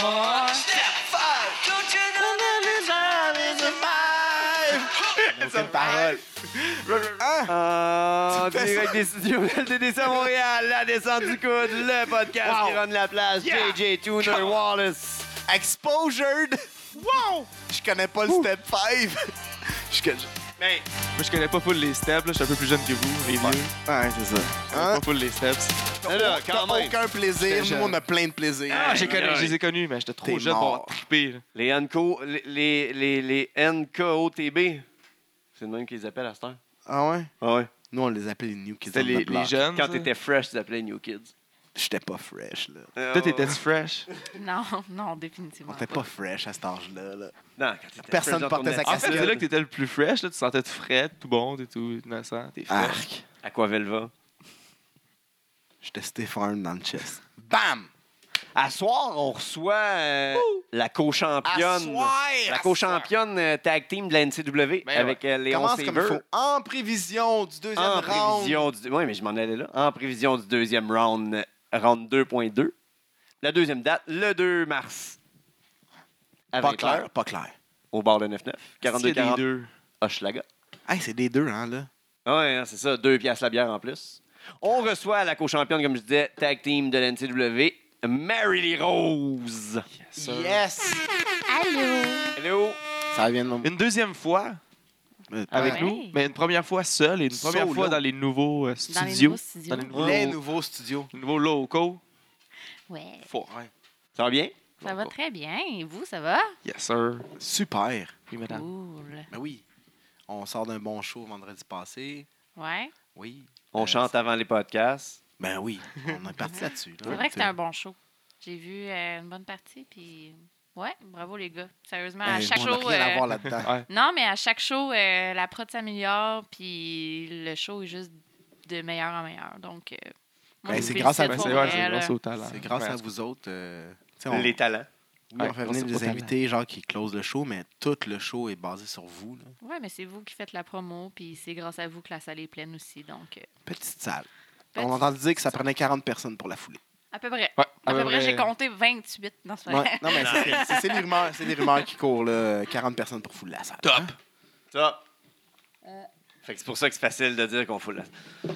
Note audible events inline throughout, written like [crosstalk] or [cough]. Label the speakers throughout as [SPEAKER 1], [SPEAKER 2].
[SPEAKER 1] more. Step five. Don't you know that this love is a five? Hein?
[SPEAKER 2] Aucune parole.
[SPEAKER 1] Ah, en
[SPEAKER 2] Tu fais
[SPEAKER 1] direct des studios de à Montréal, la descente du coude, le podcast
[SPEAKER 2] Wow.
[SPEAKER 1] qui rend la place,
[SPEAKER 2] Yeah.
[SPEAKER 1] JJ Tuner Wallace.
[SPEAKER 2] Exposured.
[SPEAKER 3] Wow!
[SPEAKER 2] Je connais pas le
[SPEAKER 1] Ouh.
[SPEAKER 2] step 5. Je connais.
[SPEAKER 3] Mais moi, je connais pas full les steps, là. Je suis un peu plus jeune que vous, les vieux. Je
[SPEAKER 2] Ouais, c'est ça.
[SPEAKER 3] connais
[SPEAKER 2] Hein?
[SPEAKER 3] pas full les steps.
[SPEAKER 1] Mais là, quand
[SPEAKER 2] T'as
[SPEAKER 1] même.
[SPEAKER 2] aucun plaisir.
[SPEAKER 3] J'étais
[SPEAKER 2] Nous, on
[SPEAKER 3] jeune.
[SPEAKER 2] a plein de plaisir.
[SPEAKER 3] Ah, j'ai connu,
[SPEAKER 1] aïe.
[SPEAKER 3] je les ai connus, mais j'étais
[SPEAKER 2] T'es
[SPEAKER 3] trop jeune pour
[SPEAKER 2] mort.
[SPEAKER 3] avoir trippé. là.
[SPEAKER 1] Les NCO, les, les, les, les NKOTB, c'est le même qu'ils appellent à cette heure.
[SPEAKER 2] Ah ouais?
[SPEAKER 1] Ah ouais.
[SPEAKER 2] Nous, on les appelait les New Kids
[SPEAKER 3] C'était
[SPEAKER 2] on the
[SPEAKER 3] les, les
[SPEAKER 2] Block.
[SPEAKER 3] jeunes.
[SPEAKER 1] Quand
[SPEAKER 3] ça.
[SPEAKER 1] t'étais fresh, ils appelaient New Kids.
[SPEAKER 2] J'étais pas fresh, là.
[SPEAKER 1] Euh,
[SPEAKER 3] Toi, t'étais fresh.
[SPEAKER 4] [laughs] Non, non,
[SPEAKER 2] On
[SPEAKER 4] définitivement.
[SPEAKER 2] était pas fresh à cet âge-là. là.
[SPEAKER 1] Non, quand t'étais
[SPEAKER 2] Personne
[SPEAKER 1] fresh, on
[SPEAKER 2] portait
[SPEAKER 1] tournait
[SPEAKER 2] sa
[SPEAKER 1] ça.
[SPEAKER 3] En fait, c'est là
[SPEAKER 2] casquette.
[SPEAKER 3] que t'étais le plus fresh, là. Tu sentais tout frais, tout bon, t'es tout innocent, t'es fresh.
[SPEAKER 2] Arc.
[SPEAKER 1] Aquavelva.
[SPEAKER 2] J'étais Stéphane dans le chest. Bam!
[SPEAKER 1] À soir, on reçoit euh, la
[SPEAKER 2] À
[SPEAKER 1] co-championne.
[SPEAKER 2] soir,
[SPEAKER 1] La
[SPEAKER 2] à
[SPEAKER 1] co-championne euh, tag team de la NCW
[SPEAKER 3] Ben
[SPEAKER 1] avec euh,
[SPEAKER 2] soir.
[SPEAKER 1] Léon
[SPEAKER 2] Commence comme il
[SPEAKER 1] Saver.
[SPEAKER 2] faut. En prévision du deuxième
[SPEAKER 1] En
[SPEAKER 2] round.
[SPEAKER 1] prévision du... Oui, mais je m'en allais là. En prévision du deuxième round, euh, round 2.2. La deuxième date, le 2 mars. À
[SPEAKER 2] Pas
[SPEAKER 1] 20 heures,
[SPEAKER 2] clair, pas clair.
[SPEAKER 1] Au bar de 9-9.
[SPEAKER 3] C'est des
[SPEAKER 1] 42-42.
[SPEAKER 3] deux.
[SPEAKER 1] Hochelaga.
[SPEAKER 2] Hey, c'est des deux, hein, là.
[SPEAKER 1] Ouais, hein, c'est ça. Deux piastres la bière en plus. On reçoit la co-championne, comme je disais, tag team de la NCW, Mary Lee Rose.
[SPEAKER 3] Yes, sir.
[SPEAKER 2] Yes!
[SPEAKER 1] Hello.
[SPEAKER 2] Ça vient de mon. Euh,
[SPEAKER 3] Une deuxième fois avec
[SPEAKER 4] Ouais.
[SPEAKER 3] nous, mais une première fois seule et une première
[SPEAKER 2] Solo.
[SPEAKER 3] fois dans les nouveaux euh,
[SPEAKER 4] Dans les
[SPEAKER 3] studios.
[SPEAKER 4] nouveaux studios.
[SPEAKER 3] Dans les nouveaux,
[SPEAKER 2] Les nouveaux studios.
[SPEAKER 3] les nouveaux locaux.
[SPEAKER 4] Ouais.
[SPEAKER 3] Fort, hein.
[SPEAKER 1] Ça va bien?
[SPEAKER 4] Ça va très bien. Et vous, ça va?
[SPEAKER 3] Yes, sir.
[SPEAKER 2] Super.
[SPEAKER 3] Oui, madame.
[SPEAKER 4] Cool.
[SPEAKER 2] Ben oui. On sort d'un bon show vendredi passé.
[SPEAKER 4] Ouais.
[SPEAKER 2] Oui.
[SPEAKER 1] On
[SPEAKER 2] Euh,
[SPEAKER 1] chante avant les podcasts.
[SPEAKER 2] Ben oui. On est parti là-dessus. là.
[SPEAKER 4] C'est vrai que c'était un bon show. J'ai vu euh, une bonne partie, puis ouais, bravo les gars. Sérieusement, à
[SPEAKER 2] Hey,
[SPEAKER 4] chaque
[SPEAKER 2] on a
[SPEAKER 4] show.
[SPEAKER 2] rien à
[SPEAKER 4] euh,
[SPEAKER 2] voir là-dedans.
[SPEAKER 3] Ouais.
[SPEAKER 4] Non, mais à chaque show, euh, la prod s'améliore, puis le show est juste de meilleur en meilleur. Donc, euh, moi,
[SPEAKER 2] Ben,
[SPEAKER 4] je
[SPEAKER 2] c'est
[SPEAKER 4] vous
[SPEAKER 2] grâce à
[SPEAKER 3] Ben,
[SPEAKER 4] félicite
[SPEAKER 3] c'est
[SPEAKER 4] pour
[SPEAKER 3] ouais, c'est
[SPEAKER 4] vrai, là.
[SPEAKER 3] grâce au talent.
[SPEAKER 2] C'est grâce
[SPEAKER 3] Ouais,
[SPEAKER 2] à vous autres. euh, tu sais, on,
[SPEAKER 1] Les talents.
[SPEAKER 2] oui, on
[SPEAKER 3] Ouais,
[SPEAKER 2] fait
[SPEAKER 3] on
[SPEAKER 2] venir
[SPEAKER 3] sait pas
[SPEAKER 2] des
[SPEAKER 3] talent.
[SPEAKER 2] invités, genre qui closent le show, mais tout le show est basé sur vous. là.
[SPEAKER 4] Ouais, mais c'est vous qui faites la promo, puis c'est grâce à vous que la salle est pleine aussi. Donc, euh,
[SPEAKER 2] Petite salle.
[SPEAKER 4] Petite
[SPEAKER 2] On entend dire que ça prenait 40 personnes pour la foulée.
[SPEAKER 4] à peu près.
[SPEAKER 3] Ouais,
[SPEAKER 4] À,
[SPEAKER 3] à
[SPEAKER 4] peu
[SPEAKER 3] peu
[SPEAKER 4] près,
[SPEAKER 3] vrai.
[SPEAKER 4] j'ai compté 28 dans ce
[SPEAKER 2] Ouais. Non, mais c'est- c'est c'est les rumeurs, c'est les rumeurs qui courent là, 40 personnes pour fouler la salle.
[SPEAKER 3] Top.
[SPEAKER 1] Ça. Fait que c'est pour ça que c'est facile de dire qu'on fout la...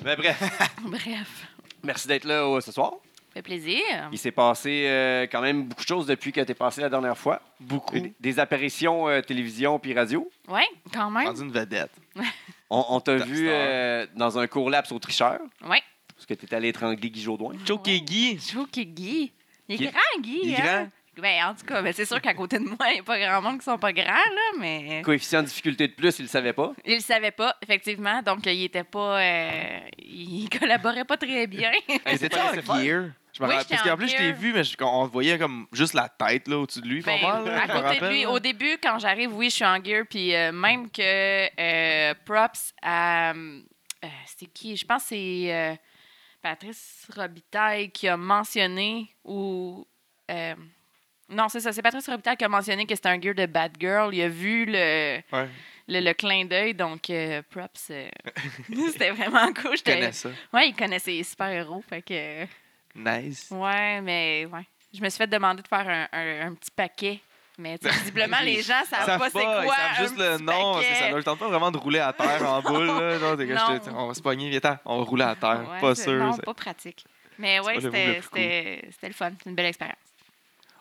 [SPEAKER 1] Mais bref,
[SPEAKER 4] [laughs] Bref,
[SPEAKER 1] merci d'être là euh, ce soir.
[SPEAKER 4] fait plaisir.
[SPEAKER 1] Il s'est passé euh, quand même beaucoup de choses depuis que t'es passé la dernière fois.
[SPEAKER 3] Beaucoup.
[SPEAKER 1] Des, des apparitions euh, télévision puis radio.
[SPEAKER 4] Ouais, quand même.
[SPEAKER 3] Rendu une vedette.
[SPEAKER 1] On, on t'a
[SPEAKER 3] Top
[SPEAKER 1] vu
[SPEAKER 3] star.
[SPEAKER 1] euh, dans un court laps au tricheur.
[SPEAKER 4] Ouais.
[SPEAKER 1] Parce que t'es allé étrangler Guy Jodoin.
[SPEAKER 3] Choke et Guy.
[SPEAKER 4] Je trouve que Guy, il
[SPEAKER 1] Guy-
[SPEAKER 4] est grand, Guy.
[SPEAKER 1] il est
[SPEAKER 4] hein? Ben, en tout cas, ben, c'est sûr qu'à côté de moi, il n'y a pas grand monde qui sont pas grands, là, mais
[SPEAKER 1] [laughs] Coefficient de difficulté de plus, il le savait pas.
[SPEAKER 4] il le savait pas, effectivement. Donc, il était pas. euh, il collaborait pas très bien.
[SPEAKER 3] Elle était en gear. Je me
[SPEAKER 4] Oui,
[SPEAKER 3] rappelle.
[SPEAKER 4] j'étais
[SPEAKER 3] Parce qu'en
[SPEAKER 4] en
[SPEAKER 3] plus, je t'ai
[SPEAKER 4] gear.
[SPEAKER 3] vu, mais je- on voyait comme juste la tête là au-dessus de lui.
[SPEAKER 4] Ben,
[SPEAKER 3] pas mal, là,
[SPEAKER 4] à
[SPEAKER 3] je me
[SPEAKER 4] côté de lui,
[SPEAKER 3] rappelle.
[SPEAKER 4] au début, quand j'arrive, oui, je suis en gear. Puis euh, même que euh, props à. euh, c'est qui Je pense que c'est euh, Patrice Robitaille qui a mentionné ou. euh, non, c'est ça. C'est Patrice Robitaille qui a mentionné que c'était un gear de Bad Girl. Il a vu le,
[SPEAKER 3] Ouais,
[SPEAKER 4] le, le clin d'œil. Donc, euh, props. euh,
[SPEAKER 3] [laughs]
[SPEAKER 4] [laughs] c'était vraiment cool.
[SPEAKER 3] je connais ça.
[SPEAKER 4] Ouais, il connaissait les super-héros. Fait que.
[SPEAKER 3] Nice.
[SPEAKER 4] Ouais, mais ouais. Je me suis fait demander de faire un, un- un petit paquet.
[SPEAKER 3] [laughs]
[SPEAKER 4] Mais tu sais, visiblement, les gens savent
[SPEAKER 3] savent
[SPEAKER 4] pas c'est quoi.
[SPEAKER 3] ils savent
[SPEAKER 4] un
[SPEAKER 3] juste le
[SPEAKER 4] petit
[SPEAKER 3] nom. c'est
[SPEAKER 4] paquet.
[SPEAKER 3] Ça leur tente pas vraiment de rouler à terre en boule. Là.
[SPEAKER 4] [laughs]
[SPEAKER 3] Genre, t'es que je te-
[SPEAKER 4] Non.
[SPEAKER 3] on va se pogner, viens, on va rouler à terre.
[SPEAKER 4] Ouais,
[SPEAKER 3] pas
[SPEAKER 4] c'est-
[SPEAKER 3] sûr.
[SPEAKER 4] Non,
[SPEAKER 3] c'est
[SPEAKER 4] pas pratique. Mais ouais,
[SPEAKER 3] pas le mot le
[SPEAKER 4] c'était
[SPEAKER 3] plus cool.
[SPEAKER 4] c'était- c'était le fun. C'est une belle expérience.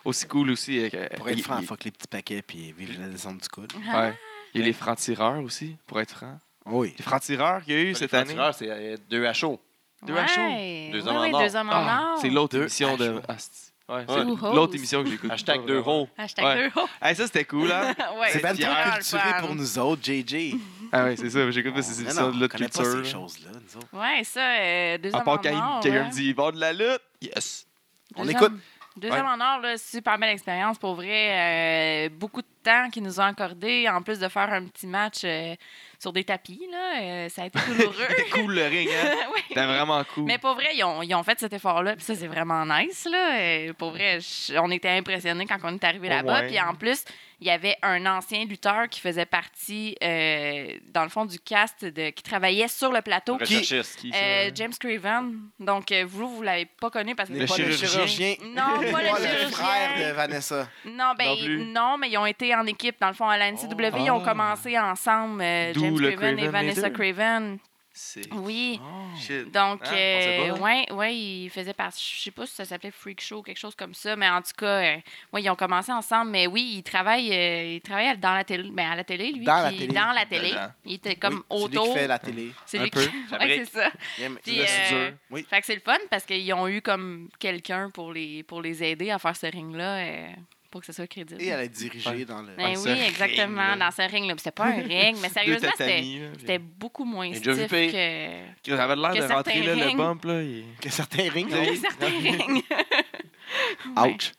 [SPEAKER 3] Aussi cool aussi. euh, que-
[SPEAKER 2] Pour être
[SPEAKER 3] il-
[SPEAKER 2] franc,
[SPEAKER 3] il-
[SPEAKER 2] fuck les petits paquets puis vive la descente du coude.
[SPEAKER 4] Mm. Ah.
[SPEAKER 3] Ouais. Il y a les francs-tireurs aussi, pour être franc.
[SPEAKER 2] Oui.
[SPEAKER 3] Les francs-tireurs qu'il y a eu cette année.
[SPEAKER 1] Ben, Francs-tireurs, c'est euh, deux à chaud.
[SPEAKER 3] Deux à chaud.
[SPEAKER 4] Ouais,
[SPEAKER 1] Deux
[SPEAKER 4] ouais,
[SPEAKER 1] hommes en
[SPEAKER 4] ouais,
[SPEAKER 1] or.
[SPEAKER 4] deux hommes en
[SPEAKER 3] Ah,
[SPEAKER 4] or.
[SPEAKER 3] c'est l'autre
[SPEAKER 2] Deux
[SPEAKER 3] émission de.
[SPEAKER 2] hachos.
[SPEAKER 3] Ah, c'est- ouais,
[SPEAKER 1] Deux
[SPEAKER 3] c'est
[SPEAKER 4] hoses.
[SPEAKER 3] l'autre émission que j'écoute.
[SPEAKER 1] Hashtag
[SPEAKER 3] pas
[SPEAKER 1] deux
[SPEAKER 3] vraiment.
[SPEAKER 1] ronds.
[SPEAKER 4] Hashtag [laughs]
[SPEAKER 3] Ouais.
[SPEAKER 4] deux hauts.
[SPEAKER 3] Hey, ça, c'était cool, hein?
[SPEAKER 4] Ouais,
[SPEAKER 2] C'est bien trop
[SPEAKER 4] vraiment le
[SPEAKER 2] culturé
[SPEAKER 4] fun.
[SPEAKER 2] pour nous autres, JJ.
[SPEAKER 3] Ah ouais, c'est ça. J'écoute pas ces
[SPEAKER 2] Non,
[SPEAKER 3] émissions
[SPEAKER 2] non,
[SPEAKER 3] de
[SPEAKER 2] on
[SPEAKER 3] l'autre
[SPEAKER 2] connaît pas ces
[SPEAKER 3] culture. là.
[SPEAKER 2] choses-là, nous autres.
[SPEAKER 4] Ouais, ça, euh, deux
[SPEAKER 3] À
[SPEAKER 4] hommes
[SPEAKER 3] part
[SPEAKER 4] en
[SPEAKER 3] quand
[SPEAKER 4] or.
[SPEAKER 3] quelqu'un
[SPEAKER 4] ouais.
[SPEAKER 3] me dit, il va de la lutte. Yes.
[SPEAKER 2] On
[SPEAKER 4] Deux
[SPEAKER 2] écoute.
[SPEAKER 4] hommes- Deux
[SPEAKER 3] Ouais.
[SPEAKER 4] hommes en or, là, super belle expérience. Pour vrai, euh, beaucoup de temps qu'ils nous ont accordé. En plus de faire un petit match, euh, sur des tapis. Là. Euh, ça a été
[SPEAKER 3] [laughs]
[SPEAKER 4] douloureux. [laughs]
[SPEAKER 3] C'était cool le ring, hein?
[SPEAKER 4] Oui.
[SPEAKER 3] C'était vraiment cool.
[SPEAKER 4] Mais pour vrai, ils ont, ils ont fait cet effort-là. Puis ça, c'est vraiment nice. Là. Euh, Pour vrai, je- on était impressionnés quand on est arrivé
[SPEAKER 3] Oh,
[SPEAKER 4] là-bas.
[SPEAKER 3] ouais.
[SPEAKER 4] Puis en plus, il y avait un ancien lutteur qui faisait partie, euh, dans le fond, du cast de, qui travaillait sur le plateau.
[SPEAKER 1] Recherchiste.
[SPEAKER 3] Qui, ça?
[SPEAKER 4] Euh, James Craven. Donc, euh, vous, vous l'avez pas connu parce que...
[SPEAKER 3] Le
[SPEAKER 2] N'est pas
[SPEAKER 3] chirurgien.
[SPEAKER 4] Non, pas le
[SPEAKER 2] Pas
[SPEAKER 4] chirurgien.
[SPEAKER 2] le frère de Vanessa.
[SPEAKER 4] Non, ben,
[SPEAKER 3] Non plus.
[SPEAKER 4] non, mais ils ont été en équipe. Dans le fond, à la NCW, ils ont
[SPEAKER 3] Ah.
[SPEAKER 4] commencé ensemble, euh,
[SPEAKER 3] D'où
[SPEAKER 4] James
[SPEAKER 3] le
[SPEAKER 4] Craven, et
[SPEAKER 3] Craven, les
[SPEAKER 4] Vanessa
[SPEAKER 3] deux.
[SPEAKER 4] Craven.
[SPEAKER 3] C'est...
[SPEAKER 4] Oui.
[SPEAKER 2] Oh.
[SPEAKER 3] Shit.
[SPEAKER 4] Donc,
[SPEAKER 3] Hein, on sait
[SPEAKER 4] euh,
[SPEAKER 3] pas.
[SPEAKER 4] ouais, ouais, ils faisaient partie. Je sais pas si ça s'appelait Freak Show, quelque chose comme ça, mais en tout cas, euh, ouais, ils ont commencé ensemble. Mais oui, ils travaillent, euh, ils travaillent dans la télé, mais à la télé, lui.
[SPEAKER 2] Dans la
[SPEAKER 4] puis
[SPEAKER 2] télé.
[SPEAKER 4] Dans la télé.
[SPEAKER 3] Dedans.
[SPEAKER 4] Il était comme
[SPEAKER 2] Oui, C'est lui qui
[SPEAKER 4] autour.
[SPEAKER 2] fait la télé.
[SPEAKER 4] C'est
[SPEAKER 3] Un
[SPEAKER 4] lui
[SPEAKER 3] peu.
[SPEAKER 4] qui. [laughs] ouais, c'est ça.
[SPEAKER 2] Il aime-
[SPEAKER 4] Puis,
[SPEAKER 2] il aime-
[SPEAKER 4] euh,
[SPEAKER 3] dur.
[SPEAKER 2] Oui.
[SPEAKER 4] Fait que c'est le fun parce qu'ils ont eu comme quelqu'un pour les, pour les aider à faire ce ring-là euh, pour que ça soit crédible.
[SPEAKER 2] Et elle est dirigée dans le.
[SPEAKER 4] Ben
[SPEAKER 3] Dans ce
[SPEAKER 4] oui, exactement,
[SPEAKER 3] ring-là.
[SPEAKER 4] dans ce ring-là. Puis C'était pas un ring, mais
[SPEAKER 3] Deux
[SPEAKER 4] sérieusement, c'était
[SPEAKER 3] tatamis. là, puis-
[SPEAKER 4] c'était beaucoup moins
[SPEAKER 1] J'ai déjà vu
[SPEAKER 4] stiff
[SPEAKER 1] pire.
[SPEAKER 4] que,
[SPEAKER 3] J'avais l'air
[SPEAKER 4] que
[SPEAKER 3] de rentrer là,
[SPEAKER 4] certains
[SPEAKER 3] le
[SPEAKER 4] rings.
[SPEAKER 3] bump. Là, il-
[SPEAKER 2] Que certains rings. hein.
[SPEAKER 4] que certains rings. [laughs] Ouais.
[SPEAKER 2] Ouch.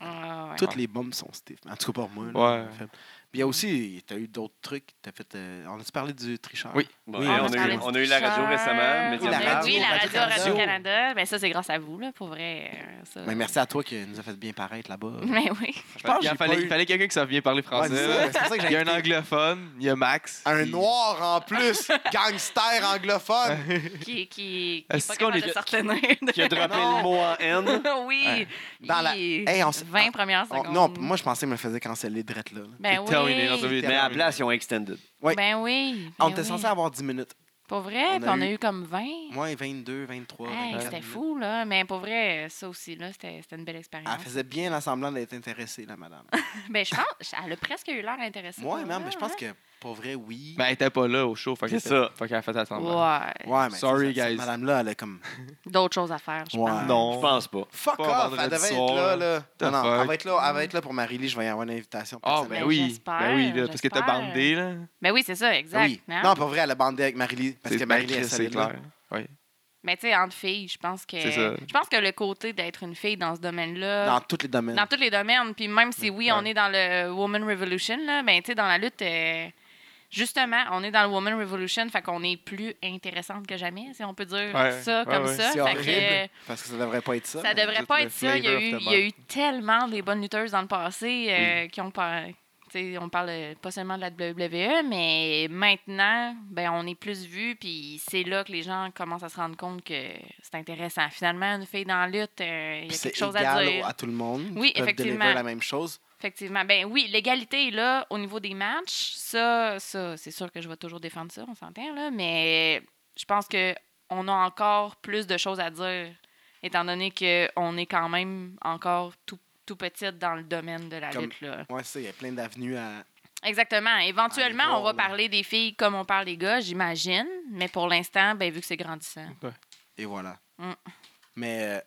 [SPEAKER 4] Ah, ouais.
[SPEAKER 2] Toutes les bombes sont stiff. En tout cas, pas moi. là.
[SPEAKER 3] Ouais.
[SPEAKER 2] Fait- Puis il y a aussi, tu as eu d'autres trucs. T'as fait, euh, on a parlé du tricheur.
[SPEAKER 3] Oui.
[SPEAKER 1] Bon,
[SPEAKER 2] Oui,
[SPEAKER 1] on,
[SPEAKER 2] on
[SPEAKER 1] a
[SPEAKER 4] parlait
[SPEAKER 1] eu,
[SPEAKER 4] du
[SPEAKER 1] on a eu la radio
[SPEAKER 4] tricheur,
[SPEAKER 1] récemment.
[SPEAKER 4] on
[SPEAKER 1] Média
[SPEAKER 4] a-
[SPEAKER 2] la
[SPEAKER 1] Lab.
[SPEAKER 2] radio,
[SPEAKER 4] Oui, la radio
[SPEAKER 2] Radio-Canada.
[SPEAKER 4] Radio-Canada. Mais ça, c'est grâce à vous, là, pour vrai. euh, ça. [laughs]
[SPEAKER 2] Mais Ben, merci à toi qui nous a fait bien paraître là-bas.
[SPEAKER 4] Mais oui.
[SPEAKER 2] Je pense que
[SPEAKER 3] il en
[SPEAKER 2] j'ai
[SPEAKER 3] fallait,
[SPEAKER 2] pas
[SPEAKER 3] il
[SPEAKER 2] eu-
[SPEAKER 3] fallait quelqu'un qui savait bien parler
[SPEAKER 2] Ouais,
[SPEAKER 3] français.
[SPEAKER 2] c'est
[SPEAKER 3] là.
[SPEAKER 2] ça. C'est pour ça que
[SPEAKER 3] il y
[SPEAKER 2] j'ai
[SPEAKER 3] a un
[SPEAKER 2] invité
[SPEAKER 3] anglophone, il y a Max.
[SPEAKER 2] un
[SPEAKER 3] puis- [laughs] Ben
[SPEAKER 2] noir en plus, gangster anglophone.
[SPEAKER 4] Qui, qui, qui
[SPEAKER 3] Est-ce
[SPEAKER 4] est pas
[SPEAKER 3] qu'on
[SPEAKER 4] capable
[SPEAKER 3] est-
[SPEAKER 4] de se retenir.
[SPEAKER 1] Qui a droppé le mot en N.
[SPEAKER 4] [laughs] oui.
[SPEAKER 3] Ouais.
[SPEAKER 2] Euh, Dans la-
[SPEAKER 4] Il-
[SPEAKER 2] Hey, on s-
[SPEAKER 4] 20 premières
[SPEAKER 2] On-
[SPEAKER 4] secondes.
[SPEAKER 2] non, moi je pensais qu'il me faisait canceller direct là. là.
[SPEAKER 4] ben
[SPEAKER 3] C'est terminé, on
[SPEAKER 4] oui.
[SPEAKER 3] devait-
[SPEAKER 1] Mais à la place, ils ont extended.
[SPEAKER 2] Ouais.
[SPEAKER 4] Ben oui.
[SPEAKER 2] On
[SPEAKER 4] ben
[SPEAKER 2] était
[SPEAKER 4] oui.
[SPEAKER 2] censé avoir 10 minutes.
[SPEAKER 4] Pour vrai,
[SPEAKER 2] On
[SPEAKER 4] puis
[SPEAKER 2] a
[SPEAKER 4] on a
[SPEAKER 2] eu-
[SPEAKER 4] eu comme 20.
[SPEAKER 2] Moi, 22, 23,
[SPEAKER 4] Hey,
[SPEAKER 2] 24.
[SPEAKER 4] c'était
[SPEAKER 2] minutes.
[SPEAKER 4] fou, là. Mais pour vrai, ça aussi, là, c'était c'était une belle
[SPEAKER 2] Elle
[SPEAKER 4] expérience.
[SPEAKER 2] faisait bien la semblant d'être intéressée, la
[SPEAKER 4] [laughs]
[SPEAKER 2] madame.
[SPEAKER 4] Ben, je pense, elle a presque eu l'air intéressée.
[SPEAKER 2] Moi,
[SPEAKER 4] pour
[SPEAKER 2] non,
[SPEAKER 4] vrai,
[SPEAKER 2] mais ben, je
[SPEAKER 4] hein.
[SPEAKER 2] pense que pour vrai, oui.
[SPEAKER 3] Mais elle Ben, était pas là au show. Fait
[SPEAKER 1] C'est
[SPEAKER 3] qu'elle-
[SPEAKER 1] ça.
[SPEAKER 3] Fait qu'elle a fait attention.
[SPEAKER 4] Ouais.
[SPEAKER 2] Ouais, mais
[SPEAKER 3] Sorry,
[SPEAKER 2] cette- cette
[SPEAKER 3] guys.
[SPEAKER 2] Madame-là, elle est
[SPEAKER 3] [laughs]
[SPEAKER 2] comme.
[SPEAKER 4] D'autres choses à faire, je
[SPEAKER 2] Ouais.
[SPEAKER 4] pense.
[SPEAKER 1] Je pense pas.
[SPEAKER 2] Fuck
[SPEAKER 3] Pas
[SPEAKER 2] off, elle
[SPEAKER 3] vendredi
[SPEAKER 2] devait être
[SPEAKER 3] soir,
[SPEAKER 2] là,
[SPEAKER 3] là.
[SPEAKER 2] là.
[SPEAKER 3] The
[SPEAKER 2] Non, non, elle
[SPEAKER 3] fuck.
[SPEAKER 2] va être là, elle va être là pour Marie-Lee, je vais y avoir une invitation.
[SPEAKER 3] Ah,
[SPEAKER 2] personnelle.
[SPEAKER 3] ben
[SPEAKER 4] Ben,
[SPEAKER 3] oui.
[SPEAKER 4] j'espère,
[SPEAKER 3] Ben oui, là, parce que t'as
[SPEAKER 4] j'espère.
[SPEAKER 3] bandé, là.
[SPEAKER 4] Ben oui, c'est ça, exact.
[SPEAKER 2] Oui.
[SPEAKER 4] hein.
[SPEAKER 2] Non, pour vrai, elle a bandé avec Marie-Lee parce que
[SPEAKER 3] C'est-
[SPEAKER 2] Marie-Lee est
[SPEAKER 3] c'est
[SPEAKER 2] solide. là.
[SPEAKER 3] clair. Oui.
[SPEAKER 4] Mais tu sais, entre filles, je pense que.
[SPEAKER 3] C'est ça.
[SPEAKER 4] Je pense que le côté d'être une fille dans ce domaine-là.
[SPEAKER 2] Dans tous les domaines.
[SPEAKER 4] Euh, Dans tous les domaines. Puis même si, oui, on est dans le Woman Revolution, là, ben, tu sais, dans la lutte. euh, Justement, on est dans le Woman Revolution, fait qu'on est plus intéressante que jamais, si on peut dire
[SPEAKER 3] Ouais. Ouais,
[SPEAKER 4] ça comme
[SPEAKER 3] ouais.
[SPEAKER 4] ça.
[SPEAKER 2] C'est
[SPEAKER 4] Fait
[SPEAKER 2] horrible
[SPEAKER 4] que- euh,
[SPEAKER 2] parce que ça devrait pas être ça.
[SPEAKER 4] Ça
[SPEAKER 2] mais-
[SPEAKER 4] devrait
[SPEAKER 3] Juste
[SPEAKER 4] pas
[SPEAKER 3] le
[SPEAKER 4] être ça. Il y, a
[SPEAKER 3] flavor
[SPEAKER 4] eu,
[SPEAKER 3] of the
[SPEAKER 4] il y a eu tellement des bonnes lutteuses dans le passé euh, qui ont par- tu sais, On parle euh, pas seulement de la WWE, mais maintenant, ben, on est plus vu, puis c'est là que les gens commencent à se rendre compte que c'est intéressant. Finalement, une fille dans la lutte, euh, il y
[SPEAKER 2] Puis
[SPEAKER 4] a
[SPEAKER 2] c'est
[SPEAKER 4] quelque chose
[SPEAKER 2] égal
[SPEAKER 4] à
[SPEAKER 2] au-
[SPEAKER 4] dire.
[SPEAKER 2] à tout le monde.
[SPEAKER 4] Oui,
[SPEAKER 2] Ils peuvent deliver
[SPEAKER 4] effectivement.
[SPEAKER 2] la même chose.
[SPEAKER 4] Effectivement. Ben oui, l'égalité est là au niveau des matchs. Ça, ça c'est sûr que je vais toujours défendre ça, on s'entend, là. Mais je pense que on a encore plus de choses à dire, étant donné qu'on est quand même encore tout, tout petite dans le domaine de la
[SPEAKER 2] Comme-
[SPEAKER 4] lutte, là.
[SPEAKER 2] Ouais, c'est ça, il y a plein d'avenues à.
[SPEAKER 4] Exactement. Éventuellement,
[SPEAKER 2] Allez voir,
[SPEAKER 4] on va
[SPEAKER 2] là.
[SPEAKER 4] parler des filles comme on parle des gars, j'imagine. Mais pour l'instant, ben vu que c'est grandissant.
[SPEAKER 2] Et voilà.
[SPEAKER 4] Mm.
[SPEAKER 2] Mais euh,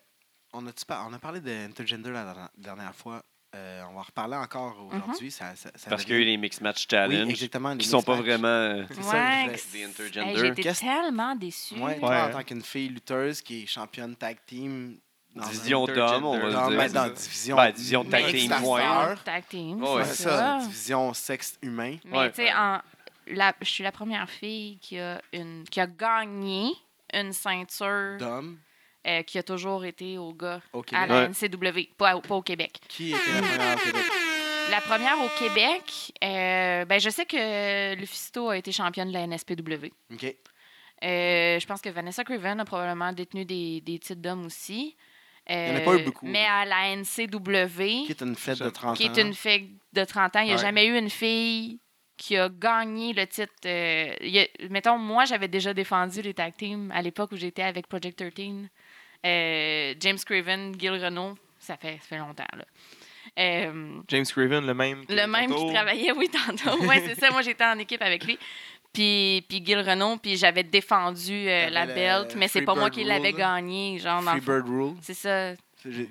[SPEAKER 2] on, a on a parlé d'intergender la dernière- dernière fois. Euh, on va en reparler encore
[SPEAKER 4] Mm-hmm.
[SPEAKER 2] aujourd'hui. ça, ça- ça
[SPEAKER 1] Parce
[SPEAKER 2] va
[SPEAKER 1] qu'il y a eu
[SPEAKER 2] bien.
[SPEAKER 1] les Mix Match
[SPEAKER 2] Oui,
[SPEAKER 1] Challenge
[SPEAKER 2] exactement, les
[SPEAKER 1] qui sont pas
[SPEAKER 2] mismatchs.
[SPEAKER 1] vraiment. euh,
[SPEAKER 2] C'est ça,
[SPEAKER 4] Ouais,
[SPEAKER 2] je voulais-
[SPEAKER 4] que c'est-
[SPEAKER 1] des
[SPEAKER 4] Hey,
[SPEAKER 1] intergender.
[SPEAKER 4] J'ai été
[SPEAKER 2] Qu'est-ce-
[SPEAKER 4] tellement déçue.
[SPEAKER 2] Ouais,
[SPEAKER 3] Ouais.
[SPEAKER 2] toi, en tant qu'une fille lutteuse qui est championne tag team. dans un-
[SPEAKER 1] Division d'hommes, on
[SPEAKER 2] dans,
[SPEAKER 1] va
[SPEAKER 2] mais
[SPEAKER 1] se
[SPEAKER 2] dans
[SPEAKER 1] dire.
[SPEAKER 2] division.
[SPEAKER 1] Ben, division
[SPEAKER 4] Mais
[SPEAKER 1] tag team,
[SPEAKER 4] X-Factor,
[SPEAKER 1] ouais.
[SPEAKER 4] Tag team,
[SPEAKER 1] Ouais,
[SPEAKER 2] Ouais,
[SPEAKER 4] c'est
[SPEAKER 2] ça,
[SPEAKER 4] ça.
[SPEAKER 2] division sexe humain.
[SPEAKER 4] Mais
[SPEAKER 1] Ouais.
[SPEAKER 4] tu sais, en- la- je suis la première fille qui a, une, qui a gagné une ceinture
[SPEAKER 2] D'hommes.
[SPEAKER 4] euh, qui a toujours été au gars
[SPEAKER 2] Au
[SPEAKER 4] à
[SPEAKER 2] Québec.
[SPEAKER 4] la
[SPEAKER 3] Ouais.
[SPEAKER 4] NCW, pas, au- pas au Québec.
[SPEAKER 2] Qui était la première au Québec?
[SPEAKER 4] La première au Québec, euh, ben, je sais que Lufisto a été championne de la NSPW.
[SPEAKER 2] OK.
[SPEAKER 4] Euh, je pense que Vanessa Craven a probablement détenu des, des titres d'hommes aussi.
[SPEAKER 2] y
[SPEAKER 4] Euh,
[SPEAKER 2] en a pas eu beaucoup,
[SPEAKER 4] Mais
[SPEAKER 2] là.
[SPEAKER 4] à la NCW,
[SPEAKER 2] Qui est une fête de 30
[SPEAKER 4] qui
[SPEAKER 2] ans.
[SPEAKER 4] est une fille de 30 ans. Il n'y a
[SPEAKER 3] Ouais.
[SPEAKER 4] jamais eu une fille qui a gagné le titre. euh, il y a- mettons, moi, j'avais déjà défendu les tag teams à l'époque où j'étais avec Project 13. Euh, James Craven, Gil Renault, ça fait, ça fait longtemps. Là. Euh,
[SPEAKER 3] James Craven, le même. que
[SPEAKER 4] le même
[SPEAKER 3] tantôt.
[SPEAKER 4] qui travaillait, oui, tantôt. [laughs] Oui, c'est ça. Moi, j'étais en équipe avec lui. Puis, puis Gil Renault, puis j'avais défendu euh,
[SPEAKER 2] T'avais
[SPEAKER 4] la
[SPEAKER 2] le
[SPEAKER 4] belt, mais c'est
[SPEAKER 2] Free
[SPEAKER 4] pas moi
[SPEAKER 2] Bird
[SPEAKER 4] qui l'avais
[SPEAKER 2] Rule.
[SPEAKER 4] gagné. Genre, dans le fond.
[SPEAKER 2] Freebird Rule.
[SPEAKER 4] C'est ça.
[SPEAKER 2] C'est- j'ai-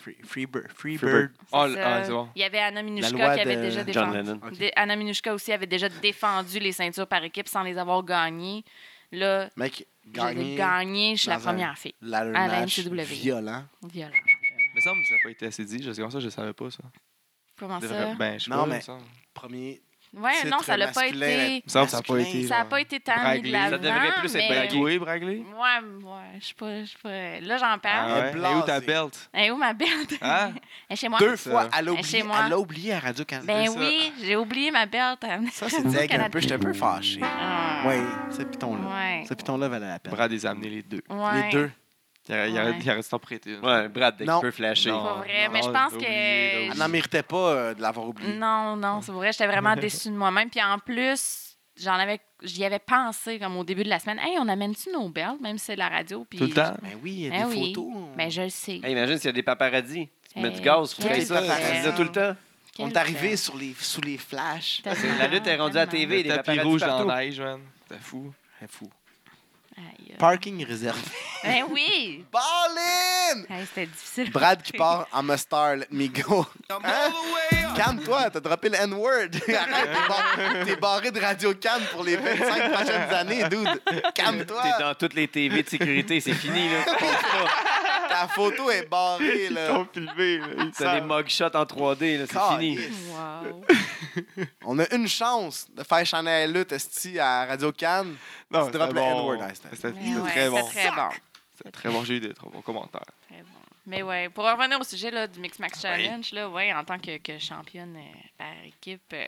[SPEAKER 2] Free, free, bir- free
[SPEAKER 3] Freebird.
[SPEAKER 2] Bird.
[SPEAKER 3] Ah,
[SPEAKER 4] c'est
[SPEAKER 3] l-
[SPEAKER 4] ça.
[SPEAKER 3] ah, c'est bon.
[SPEAKER 4] Il y avait Anna Minushka
[SPEAKER 2] loi
[SPEAKER 4] qui avait
[SPEAKER 2] de
[SPEAKER 4] déjà défendu.
[SPEAKER 1] John Lennon.
[SPEAKER 2] Ok.
[SPEAKER 4] Dé- Anna Minushka aussi avait déjà défendu les ceintures par équipe sans les avoir gagnées. Là,
[SPEAKER 2] Mec,
[SPEAKER 4] j'avais
[SPEAKER 2] gagné
[SPEAKER 4] gagné, je suis la
[SPEAKER 2] dans un-
[SPEAKER 4] première fille.
[SPEAKER 2] ladder
[SPEAKER 4] à la
[SPEAKER 2] match
[SPEAKER 4] NCW.
[SPEAKER 2] violent.
[SPEAKER 4] Violent.
[SPEAKER 3] Il me semble que ça n'a pas été assez dit. Je sais comme ça, je savais pas ça.
[SPEAKER 4] Comment Ah, ça?
[SPEAKER 3] Devrait- Ben, je sais
[SPEAKER 2] Non,
[SPEAKER 3] pas, il
[SPEAKER 2] mais-
[SPEAKER 3] me semble.
[SPEAKER 2] Premier
[SPEAKER 4] Ouais, non,
[SPEAKER 2] titre
[SPEAKER 4] ça l'a pas
[SPEAKER 2] Ben, masculin,
[SPEAKER 4] été.
[SPEAKER 3] Il me semble que ça n'a pas
[SPEAKER 2] Masculin.
[SPEAKER 3] été.
[SPEAKER 4] Ça n'a
[SPEAKER 3] genre,
[SPEAKER 4] pas été tant mis
[SPEAKER 3] Bragley.
[SPEAKER 4] de
[SPEAKER 3] Ça
[SPEAKER 4] l'avant.
[SPEAKER 1] devrait plus être
[SPEAKER 4] mais-
[SPEAKER 3] Bragley, Bragley.
[SPEAKER 4] Ouais, ouais, je sais pas, je sais pas. Là, j'en parle.
[SPEAKER 3] Ah ouais.
[SPEAKER 2] blasé.
[SPEAKER 3] Et où ta
[SPEAKER 4] [laughs]
[SPEAKER 3] belt?
[SPEAKER 4] Elle est où ma belt?
[SPEAKER 3] Hein?
[SPEAKER 4] [laughs] Elle est chez moi.
[SPEAKER 2] Deux
[SPEAKER 3] ça.
[SPEAKER 2] fois, elle l'a
[SPEAKER 4] Mais
[SPEAKER 2] oublié,
[SPEAKER 4] chez moi.
[SPEAKER 2] elle l'a oublié à Radio-Canada.
[SPEAKER 4] Ben
[SPEAKER 3] ça.
[SPEAKER 4] oui, j'ai oublié ma belt.
[SPEAKER 2] Ça, c'est dingue un peu. J'étais un peu fâché.
[SPEAKER 4] Ah.
[SPEAKER 2] Oui, ce piton-là.
[SPEAKER 4] Ouais.
[SPEAKER 2] Ce piton-là valait la peine.
[SPEAKER 3] Brad les a amenés les deux.
[SPEAKER 4] Ouais.
[SPEAKER 2] Les deux.
[SPEAKER 3] Il aurait- il aurait
[SPEAKER 4] Ouais.
[SPEAKER 3] il aurait dû t'en prêter une.
[SPEAKER 1] Ouais, Brad, dès qu'il
[SPEAKER 2] Non.
[SPEAKER 1] peut flasher.
[SPEAKER 3] Non.
[SPEAKER 4] Pas vrai,
[SPEAKER 2] Non,
[SPEAKER 4] mais je
[SPEAKER 3] non,
[SPEAKER 4] pense
[SPEAKER 3] j'ai oublié,
[SPEAKER 4] que.
[SPEAKER 2] Elle n'en méritait pas euh, de l'avoir oublié.
[SPEAKER 4] Non, non, c'est vrai, j'étais
[SPEAKER 3] [laughs]
[SPEAKER 4] vraiment déçue de moi-même. Puis en plus, j'en avais, j'y avais pensé comme au début de la semaine. Hey, on amène-tu nos belts, même si c'est la radio? Puis
[SPEAKER 3] Tout le temps.
[SPEAKER 2] Mais oui, il y a
[SPEAKER 4] Ben
[SPEAKER 2] des
[SPEAKER 4] oui.
[SPEAKER 2] photos. hein?
[SPEAKER 4] Mais je le sais.
[SPEAKER 1] Hey, imagine s'il y a des paparazzis. Tu mets
[SPEAKER 4] Hey,
[SPEAKER 1] du gaz, faut
[SPEAKER 4] quel
[SPEAKER 1] que ça.
[SPEAKER 2] bordel.
[SPEAKER 1] Tu dis tout le temps.
[SPEAKER 2] On est
[SPEAKER 4] Quelle
[SPEAKER 2] arrivé
[SPEAKER 4] belle.
[SPEAKER 2] sur les, sous les flashs.
[SPEAKER 4] Tellement,
[SPEAKER 1] La lutte est rendue à la
[SPEAKER 4] tellement.
[SPEAKER 1] TV.
[SPEAKER 3] Le
[SPEAKER 1] des
[SPEAKER 3] tapis
[SPEAKER 1] paparazzis
[SPEAKER 3] rouge en
[SPEAKER 1] partout.
[SPEAKER 3] neige, man. T'es fou.
[SPEAKER 2] C'est fou.
[SPEAKER 4] Aïe, euh.
[SPEAKER 2] Parking réservé.
[SPEAKER 4] Ben oui!
[SPEAKER 2] Ballin!
[SPEAKER 4] Hey, C'était difficile.
[SPEAKER 2] Brad qui part en Mustard, let me go. Hein? Calme-toi, t'as droppé le
[SPEAKER 4] [laughs]
[SPEAKER 2] N-word. Arrête, t'es bar- t'es barré de Radio Cam pour les 25 prochaines années, dude.
[SPEAKER 1] T'es
[SPEAKER 2] Calme-toi.
[SPEAKER 1] dans toutes les TV de sécurité, c'est fini, là. Pense pas.
[SPEAKER 2] Ta photo est barrée, [laughs] là.
[SPEAKER 3] Ils filmé. là. Ils
[SPEAKER 1] T'as des
[SPEAKER 3] savent.
[SPEAKER 1] mugshots en 3D, là, c'est fini.
[SPEAKER 2] Calisse. [laughs]
[SPEAKER 4] Wow.
[SPEAKER 2] On a une chance de faire Chanel Lutte esti à Radio Cannes.
[SPEAKER 3] Non,
[SPEAKER 2] Tu droppes
[SPEAKER 3] c'était
[SPEAKER 2] le
[SPEAKER 3] bon.
[SPEAKER 2] N-word, hein, c'était-
[SPEAKER 3] C'était
[SPEAKER 4] Mais
[SPEAKER 3] c'était
[SPEAKER 4] ouais,
[SPEAKER 3] très bon.
[SPEAKER 4] C'était très bon.
[SPEAKER 3] C'était très bon. J'ai eu des très bons commentaires.
[SPEAKER 4] Très bon. Mais ouais, pour en revenir au sujet là, du Mix Max
[SPEAKER 2] Ah,
[SPEAKER 4] Challenge, là, ouais, en tant que, que championne euh, par équipe euh,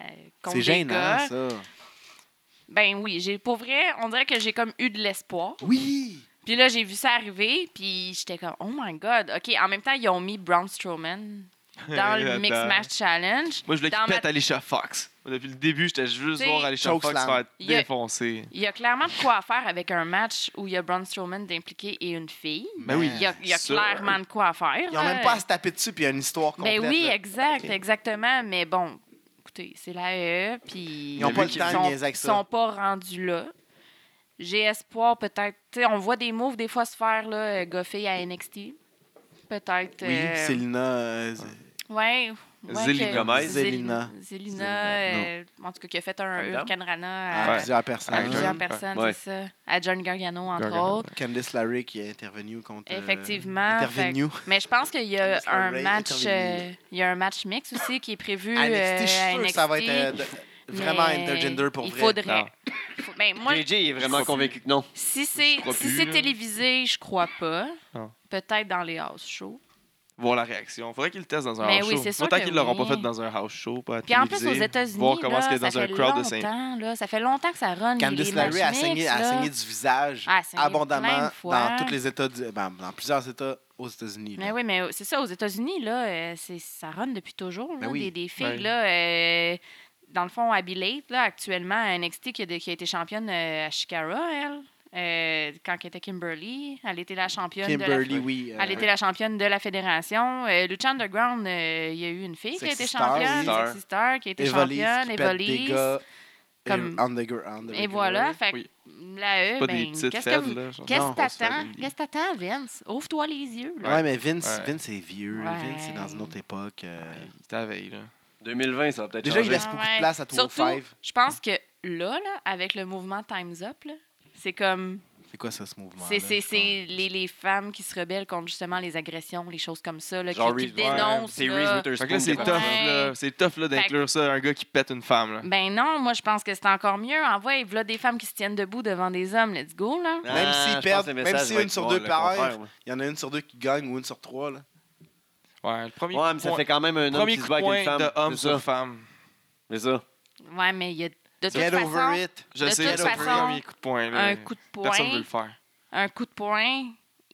[SPEAKER 4] euh, contre
[SPEAKER 2] C'est
[SPEAKER 4] des
[SPEAKER 2] gênant,
[SPEAKER 4] gars,
[SPEAKER 2] ça.
[SPEAKER 4] ben oui, j'ai pour vrai, on dirait que j'ai comme eu de l'espoir.
[SPEAKER 2] Oui!
[SPEAKER 4] Puis là, j'ai vu ça arriver, puis j'étais comme, oh my god. OK, en même temps, ils ont mis Braun Strowman dans
[SPEAKER 2] [laughs]
[SPEAKER 4] le
[SPEAKER 3] Attends.
[SPEAKER 4] Mix Match Challenge.
[SPEAKER 3] Moi, je voulais
[SPEAKER 4] Dans
[SPEAKER 3] qu'il
[SPEAKER 4] ma-
[SPEAKER 3] pète Alicia Fox. Moi, Depuis le début, j'étais juste
[SPEAKER 4] T'sais,
[SPEAKER 3] voir Alicia Fox se
[SPEAKER 2] Chokeslam.
[SPEAKER 3] faire
[SPEAKER 4] Il y a-
[SPEAKER 3] défoncer.
[SPEAKER 4] Il y a clairement de quoi à faire avec un match où il y a Braun Strowman d'impliqué et une fille.
[SPEAKER 3] Ben oui.
[SPEAKER 4] Il y a, il y a
[SPEAKER 3] ça.
[SPEAKER 4] clairement de quoi à faire.
[SPEAKER 2] euh, Ils ont
[SPEAKER 4] là.
[SPEAKER 2] même pas à se taper dessus, puis il y a une histoire complète.
[SPEAKER 4] Ben oui,
[SPEAKER 2] là.
[SPEAKER 4] exact,
[SPEAKER 2] Ok.
[SPEAKER 4] exactement. Mais bon, écoutez, c'est l'AE, puis...
[SPEAKER 2] Ils ont pas le temps de
[SPEAKER 4] sont-
[SPEAKER 2] niaiser avec ça.
[SPEAKER 4] sont pas rendus là. J'ai espoir, peut-être... Tu sais, on voit des moves, des fois, se faire, là, euh, goffer à NXT. Peut-être...
[SPEAKER 2] Oui,
[SPEAKER 4] euh,
[SPEAKER 2] Célina. euh,
[SPEAKER 4] Ouais. ouais,
[SPEAKER 3] Zelina
[SPEAKER 4] que-
[SPEAKER 1] Gomez.
[SPEAKER 2] Zelina.
[SPEAKER 4] Zelina,
[SPEAKER 2] Zelina,
[SPEAKER 4] euh, en tout cas, qui a fait un
[SPEAKER 1] Madame.
[SPEAKER 4] Hurricane Rana à,
[SPEAKER 2] à
[SPEAKER 3] Ah, Ouais.
[SPEAKER 2] plusieurs
[SPEAKER 4] à
[SPEAKER 2] personnes.
[SPEAKER 4] plusieurs
[SPEAKER 3] Ouais.
[SPEAKER 4] personnes,
[SPEAKER 1] Ouais.
[SPEAKER 4] c'est ça. À John Gargano, entre
[SPEAKER 3] Gargano.
[SPEAKER 4] autres.
[SPEAKER 2] Candice Larry qui est intervenue contre. euh,
[SPEAKER 4] Effectivement,
[SPEAKER 2] intervenue.
[SPEAKER 4] Mais je pense qu'il y a
[SPEAKER 2] Miss
[SPEAKER 4] un
[SPEAKER 2] Ray
[SPEAKER 4] match...
[SPEAKER 2] intervenue.
[SPEAKER 4] euh, il y a un match mix aussi qui est prévu
[SPEAKER 2] À NXT, je
[SPEAKER 4] euh,
[SPEAKER 2] suis
[SPEAKER 4] à
[SPEAKER 2] sûr que ça va être
[SPEAKER 4] NXT.
[SPEAKER 2] euh, de- vraiment
[SPEAKER 4] Mais
[SPEAKER 2] intergender pour
[SPEAKER 4] il
[SPEAKER 2] vrai.
[SPEAKER 4] Faudrait.
[SPEAKER 3] Non.
[SPEAKER 4] Il [laughs] faut- ben, moi,
[SPEAKER 1] JJ est vraiment convaincu que non.
[SPEAKER 4] si c'est
[SPEAKER 3] crois
[SPEAKER 4] si
[SPEAKER 3] plus,
[SPEAKER 4] c'est
[SPEAKER 3] là.
[SPEAKER 4] télévisé, je crois pas.
[SPEAKER 3] Non.
[SPEAKER 4] Peut-être dans les house shows.
[SPEAKER 3] Voir la réaction. Faudrait qu'ils le testent dans un
[SPEAKER 4] Mais
[SPEAKER 3] house
[SPEAKER 4] oui,
[SPEAKER 3] show.
[SPEAKER 4] c'est sûr
[SPEAKER 3] Autant
[SPEAKER 4] que
[SPEAKER 3] qu'ils l'auront
[SPEAKER 4] oui.
[SPEAKER 3] pas fait dans un house show. Pas à
[SPEAKER 4] Puis en plus, aux
[SPEAKER 3] télévisé.
[SPEAKER 4] États-Unis,
[SPEAKER 3] Voir comment
[SPEAKER 4] là,
[SPEAKER 3] est-ce que
[SPEAKER 4] ça
[SPEAKER 3] dans un
[SPEAKER 4] fait
[SPEAKER 3] crowd de Saint.
[SPEAKER 4] longtemps, là, ça fait longtemps que ça run les
[SPEAKER 2] Candice
[SPEAKER 4] les matchs
[SPEAKER 2] Larry a saigné,
[SPEAKER 4] mixtes,
[SPEAKER 2] a
[SPEAKER 4] là. Ah,
[SPEAKER 2] saigné du visage
[SPEAKER 4] Elle a saigné plein
[SPEAKER 2] abondamment
[SPEAKER 4] de fois.
[SPEAKER 2] dans tous les États, du- ben, dans plusieurs États aux États-Unis. là.
[SPEAKER 4] Mais oui, mais c'est ça, aux États-Unis, là, euh, c'est- ça run depuis toujours.
[SPEAKER 2] Ben
[SPEAKER 4] là,
[SPEAKER 2] oui.
[SPEAKER 4] des, des filles,
[SPEAKER 3] Ouais.
[SPEAKER 4] là, euh, dans le fond, Abby Late, là, actuellement, à NXT, qui a, de- qui a été championne euh, à Shikara, elle, euh, quand elle était Kimberly. Elle était la championne de la
[SPEAKER 2] Kimberly, oui. euh,
[SPEAKER 4] Elle était la championne de la fédération. Euh, Lucha Underground, euh, il y a eu une fille qui a
[SPEAKER 2] Sexy
[SPEAKER 4] été
[SPEAKER 2] Star,
[SPEAKER 4] championne,
[SPEAKER 3] oui.
[SPEAKER 4] Sexy Star, qui a été
[SPEAKER 2] Evolis qui
[SPEAKER 4] championne,
[SPEAKER 2] pète des gars,
[SPEAKER 4] Evolis. comme-
[SPEAKER 2] euh, on the gr- on the
[SPEAKER 4] Et
[SPEAKER 2] regular.
[SPEAKER 4] voilà, fait que
[SPEAKER 3] Oui.
[SPEAKER 4] la E,
[SPEAKER 3] Pas des
[SPEAKER 4] ben,
[SPEAKER 3] petites
[SPEAKER 4] qu'est-ce que
[SPEAKER 3] faibles.
[SPEAKER 4] vous-
[SPEAKER 3] là, genre.
[SPEAKER 4] qu'est-ce
[SPEAKER 2] Non,
[SPEAKER 4] que
[SPEAKER 3] on se fait
[SPEAKER 4] t'attends?
[SPEAKER 3] des-
[SPEAKER 4] Qu'est-ce que t'attends, Vince? Ouvre-toi les yeux,
[SPEAKER 2] Ouais,
[SPEAKER 4] là.
[SPEAKER 2] mais Vince,
[SPEAKER 3] Ouais.
[SPEAKER 2] Vince est vieux.
[SPEAKER 4] Ouais.
[SPEAKER 2] Vince est dans une autre époque. euh.
[SPEAKER 3] Ouais, Il t'avait, là.
[SPEAKER 1] 2020, ça va peut-être
[SPEAKER 2] Déjà, il
[SPEAKER 1] changer.
[SPEAKER 2] laisse beaucoup
[SPEAKER 4] Ah Ouais.
[SPEAKER 2] de place à 205.
[SPEAKER 4] Surtout, je pense que là, là, avec le mouvement Time's Up, là, c'est comme...
[SPEAKER 2] C'est quoi ça, ce mouvement
[SPEAKER 4] c'est c'est- c'est les, les femmes qui se rebellent contre justement les agressions, les choses comme ça, là, qui,
[SPEAKER 1] Genre
[SPEAKER 4] qui
[SPEAKER 1] Reese-
[SPEAKER 4] dénoncent.
[SPEAKER 1] C'est
[SPEAKER 4] là.
[SPEAKER 1] Reese
[SPEAKER 3] Fait
[SPEAKER 1] Witherspoon.
[SPEAKER 3] que là, c'est
[SPEAKER 1] qui a
[SPEAKER 3] tough,
[SPEAKER 1] fait ça.
[SPEAKER 4] Ouais.
[SPEAKER 3] là. C'est tough, là, d'inclure ça, un gars qui pète une femme, là.
[SPEAKER 4] Ben non, moi je pense que c'est encore mieux. Envoie, voilà des femmes qui se tiennent debout devant des hommes. Let's go, là.
[SPEAKER 1] Ah,
[SPEAKER 2] Même
[SPEAKER 1] je
[SPEAKER 2] s'ils
[SPEAKER 1] pense
[SPEAKER 2] perdent,
[SPEAKER 1] que le
[SPEAKER 2] même
[SPEAKER 1] message
[SPEAKER 2] si
[SPEAKER 1] va
[SPEAKER 2] une
[SPEAKER 1] être
[SPEAKER 2] sur
[SPEAKER 1] bon,
[SPEAKER 2] deux
[SPEAKER 1] le
[SPEAKER 2] perd.
[SPEAKER 1] contraire, ouais.
[SPEAKER 2] Il y en a une sur deux qui gagne ou une sur trois. Là.
[SPEAKER 3] Ouais, le premier
[SPEAKER 1] Ouais, mais ça
[SPEAKER 3] point-
[SPEAKER 1] fait quand même un homme
[SPEAKER 3] premier
[SPEAKER 1] qui
[SPEAKER 3] coup
[SPEAKER 1] se
[SPEAKER 3] de
[SPEAKER 1] bat avec une
[SPEAKER 3] poing
[SPEAKER 1] femme.
[SPEAKER 3] de homme
[SPEAKER 1] c'est ça.
[SPEAKER 3] sur femme.
[SPEAKER 1] C'est ça.
[SPEAKER 4] Ouais, mais il y a de toute
[SPEAKER 2] Get over
[SPEAKER 4] façon
[SPEAKER 2] it.
[SPEAKER 3] Je
[SPEAKER 4] De
[SPEAKER 3] sais,
[SPEAKER 4] toute
[SPEAKER 3] mais c'est le
[SPEAKER 4] façon,
[SPEAKER 3] premier coup de poing, là.
[SPEAKER 4] un coup de
[SPEAKER 3] Personne veut
[SPEAKER 4] poing.
[SPEAKER 3] le faire.
[SPEAKER 4] Un coup de poing,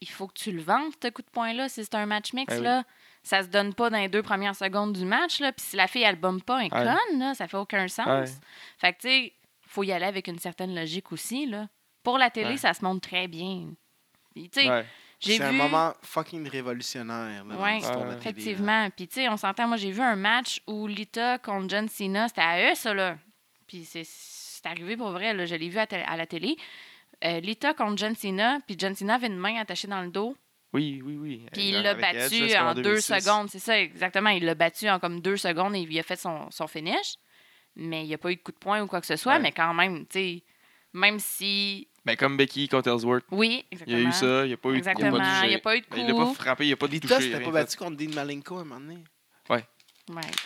[SPEAKER 4] il faut que tu le vendes, ce coup de poing-là, si c'est un match mix,
[SPEAKER 3] Ben oui.
[SPEAKER 4] là. Ça se donne pas dans les deux premières secondes du match, là. Puis si la fille, elle bombe pas un con, là, ça fait aucun sens.
[SPEAKER 3] Ouais.
[SPEAKER 4] Fait que, tu sais, faut y aller avec une certaine logique aussi, là. Pour la télé,
[SPEAKER 3] Ouais.
[SPEAKER 4] ça se montre très bien. Puis, tu sais,
[SPEAKER 3] Ouais.
[SPEAKER 4] j'ai
[SPEAKER 2] C'est
[SPEAKER 4] vu...
[SPEAKER 2] un moment fucking révolutionnaire. là, dans
[SPEAKER 4] Ouais.
[SPEAKER 2] l'histoire de la télé, là.
[SPEAKER 4] Effectivement. Puis, tu sais, on s'entend. Moi, j'ai vu un match où Lita contre John Cena, c'était à eux, ça, là. Puis, c'est- c'est arrivé pour vrai, là. Je l'ai vu à, tél- à la télé. Euh, Lita contre John Cena, puis John Cena avait une main attachée dans le dos,
[SPEAKER 3] Oui, oui, oui.
[SPEAKER 4] puis
[SPEAKER 3] Avec-
[SPEAKER 4] il l'a
[SPEAKER 3] avec Edge,
[SPEAKER 4] battu
[SPEAKER 3] jusqu'en
[SPEAKER 4] en deux
[SPEAKER 3] 2006.
[SPEAKER 4] secondes. C'est ça, exactement. Il l'a battu en comme deux secondes et il a fait son, son finish. Mais il n'y a pas eu de coup de poing ou quoi que ce soit,
[SPEAKER 3] Ouais.
[SPEAKER 4] mais quand même, tu sais, même si.
[SPEAKER 3] Mais comme Becky contre Ellsworth,
[SPEAKER 4] Oui,
[SPEAKER 3] il y
[SPEAKER 4] exactement.
[SPEAKER 3] a eu ça, il n'y a pas eu de coup, il a
[SPEAKER 4] Exactement.
[SPEAKER 3] pas touché.
[SPEAKER 4] Il n'y a pas eu de
[SPEAKER 3] Mais Il l'a pas
[SPEAKER 4] coup.
[SPEAKER 3] frappé, il n'y a pas de
[SPEAKER 2] Lita
[SPEAKER 3] touché.
[SPEAKER 2] s'était
[SPEAKER 3] rien
[SPEAKER 2] pas
[SPEAKER 3] fait.
[SPEAKER 2] battu contre Dean Malenko à un moment donné.
[SPEAKER 4] Ouais.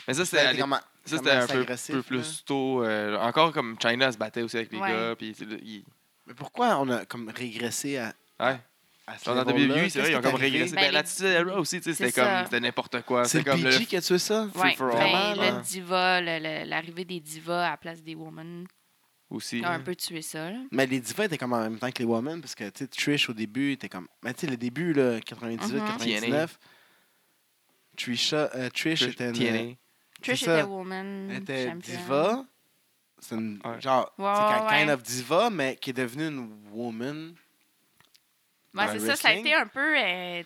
[SPEAKER 3] Mais ça,
[SPEAKER 2] Ça a été
[SPEAKER 3] c'était à
[SPEAKER 2] comment-
[SPEAKER 3] Ça,
[SPEAKER 2] Comme
[SPEAKER 3] c'était un
[SPEAKER 2] assez
[SPEAKER 3] peu,
[SPEAKER 2] agressif,
[SPEAKER 3] peu plus tôt. euh, encore comme China se battait aussi avec les
[SPEAKER 4] Ouais.
[SPEAKER 3] gars. Puis, tu sais, il-
[SPEAKER 2] Mais pourquoi on a comme régressé à,
[SPEAKER 3] ouais.
[SPEAKER 2] à ce
[SPEAKER 3] Genre Dans
[SPEAKER 2] niveau-là?
[SPEAKER 3] WWE, c'est vrai,
[SPEAKER 2] Qu'est-ce
[SPEAKER 3] ils ont
[SPEAKER 2] qui est
[SPEAKER 3] comme
[SPEAKER 2] arrivé?
[SPEAKER 3] régressé.
[SPEAKER 4] Ben,
[SPEAKER 3] Ben,
[SPEAKER 4] les-
[SPEAKER 3] l'attitude era aussi, tu sais, c'était
[SPEAKER 4] C'est ça.
[SPEAKER 3] comme c'était n'importe quoi.
[SPEAKER 2] C'est
[SPEAKER 3] C'était comme le
[SPEAKER 2] PG qui a tué ça?
[SPEAKER 4] Ouais,
[SPEAKER 3] for all.
[SPEAKER 4] ben,
[SPEAKER 3] Ouais.
[SPEAKER 4] le diva, le- le- l'arrivée des divas à la place des women
[SPEAKER 3] aussi.
[SPEAKER 4] a un peu tué ça. là.
[SPEAKER 2] Mais les divas étaient comme en même temps que les women, parce que, tu sais, Trish, au début, était comme... Mais tu sais, le début, là, 98,
[SPEAKER 4] Mhm.
[SPEAKER 2] 99, Trisha, euh, Trish,
[SPEAKER 3] Trish-
[SPEAKER 2] était une...
[SPEAKER 3] TNA.
[SPEAKER 4] Trish
[SPEAKER 2] C'est ça.
[SPEAKER 4] était woman.
[SPEAKER 2] Elle était
[SPEAKER 4] champion.
[SPEAKER 2] diva. C'est une
[SPEAKER 3] Ouais.
[SPEAKER 2] genre,
[SPEAKER 4] Ouais,
[SPEAKER 2] c'est un
[SPEAKER 4] ouais,
[SPEAKER 2] kind
[SPEAKER 4] ouais.
[SPEAKER 2] of diva, mais qui est devenue une woman.
[SPEAKER 4] Ouais,
[SPEAKER 2] dans
[SPEAKER 4] c'est
[SPEAKER 2] le
[SPEAKER 4] ça, ça a
[SPEAKER 2] wrestling.
[SPEAKER 4] été un peu. euh,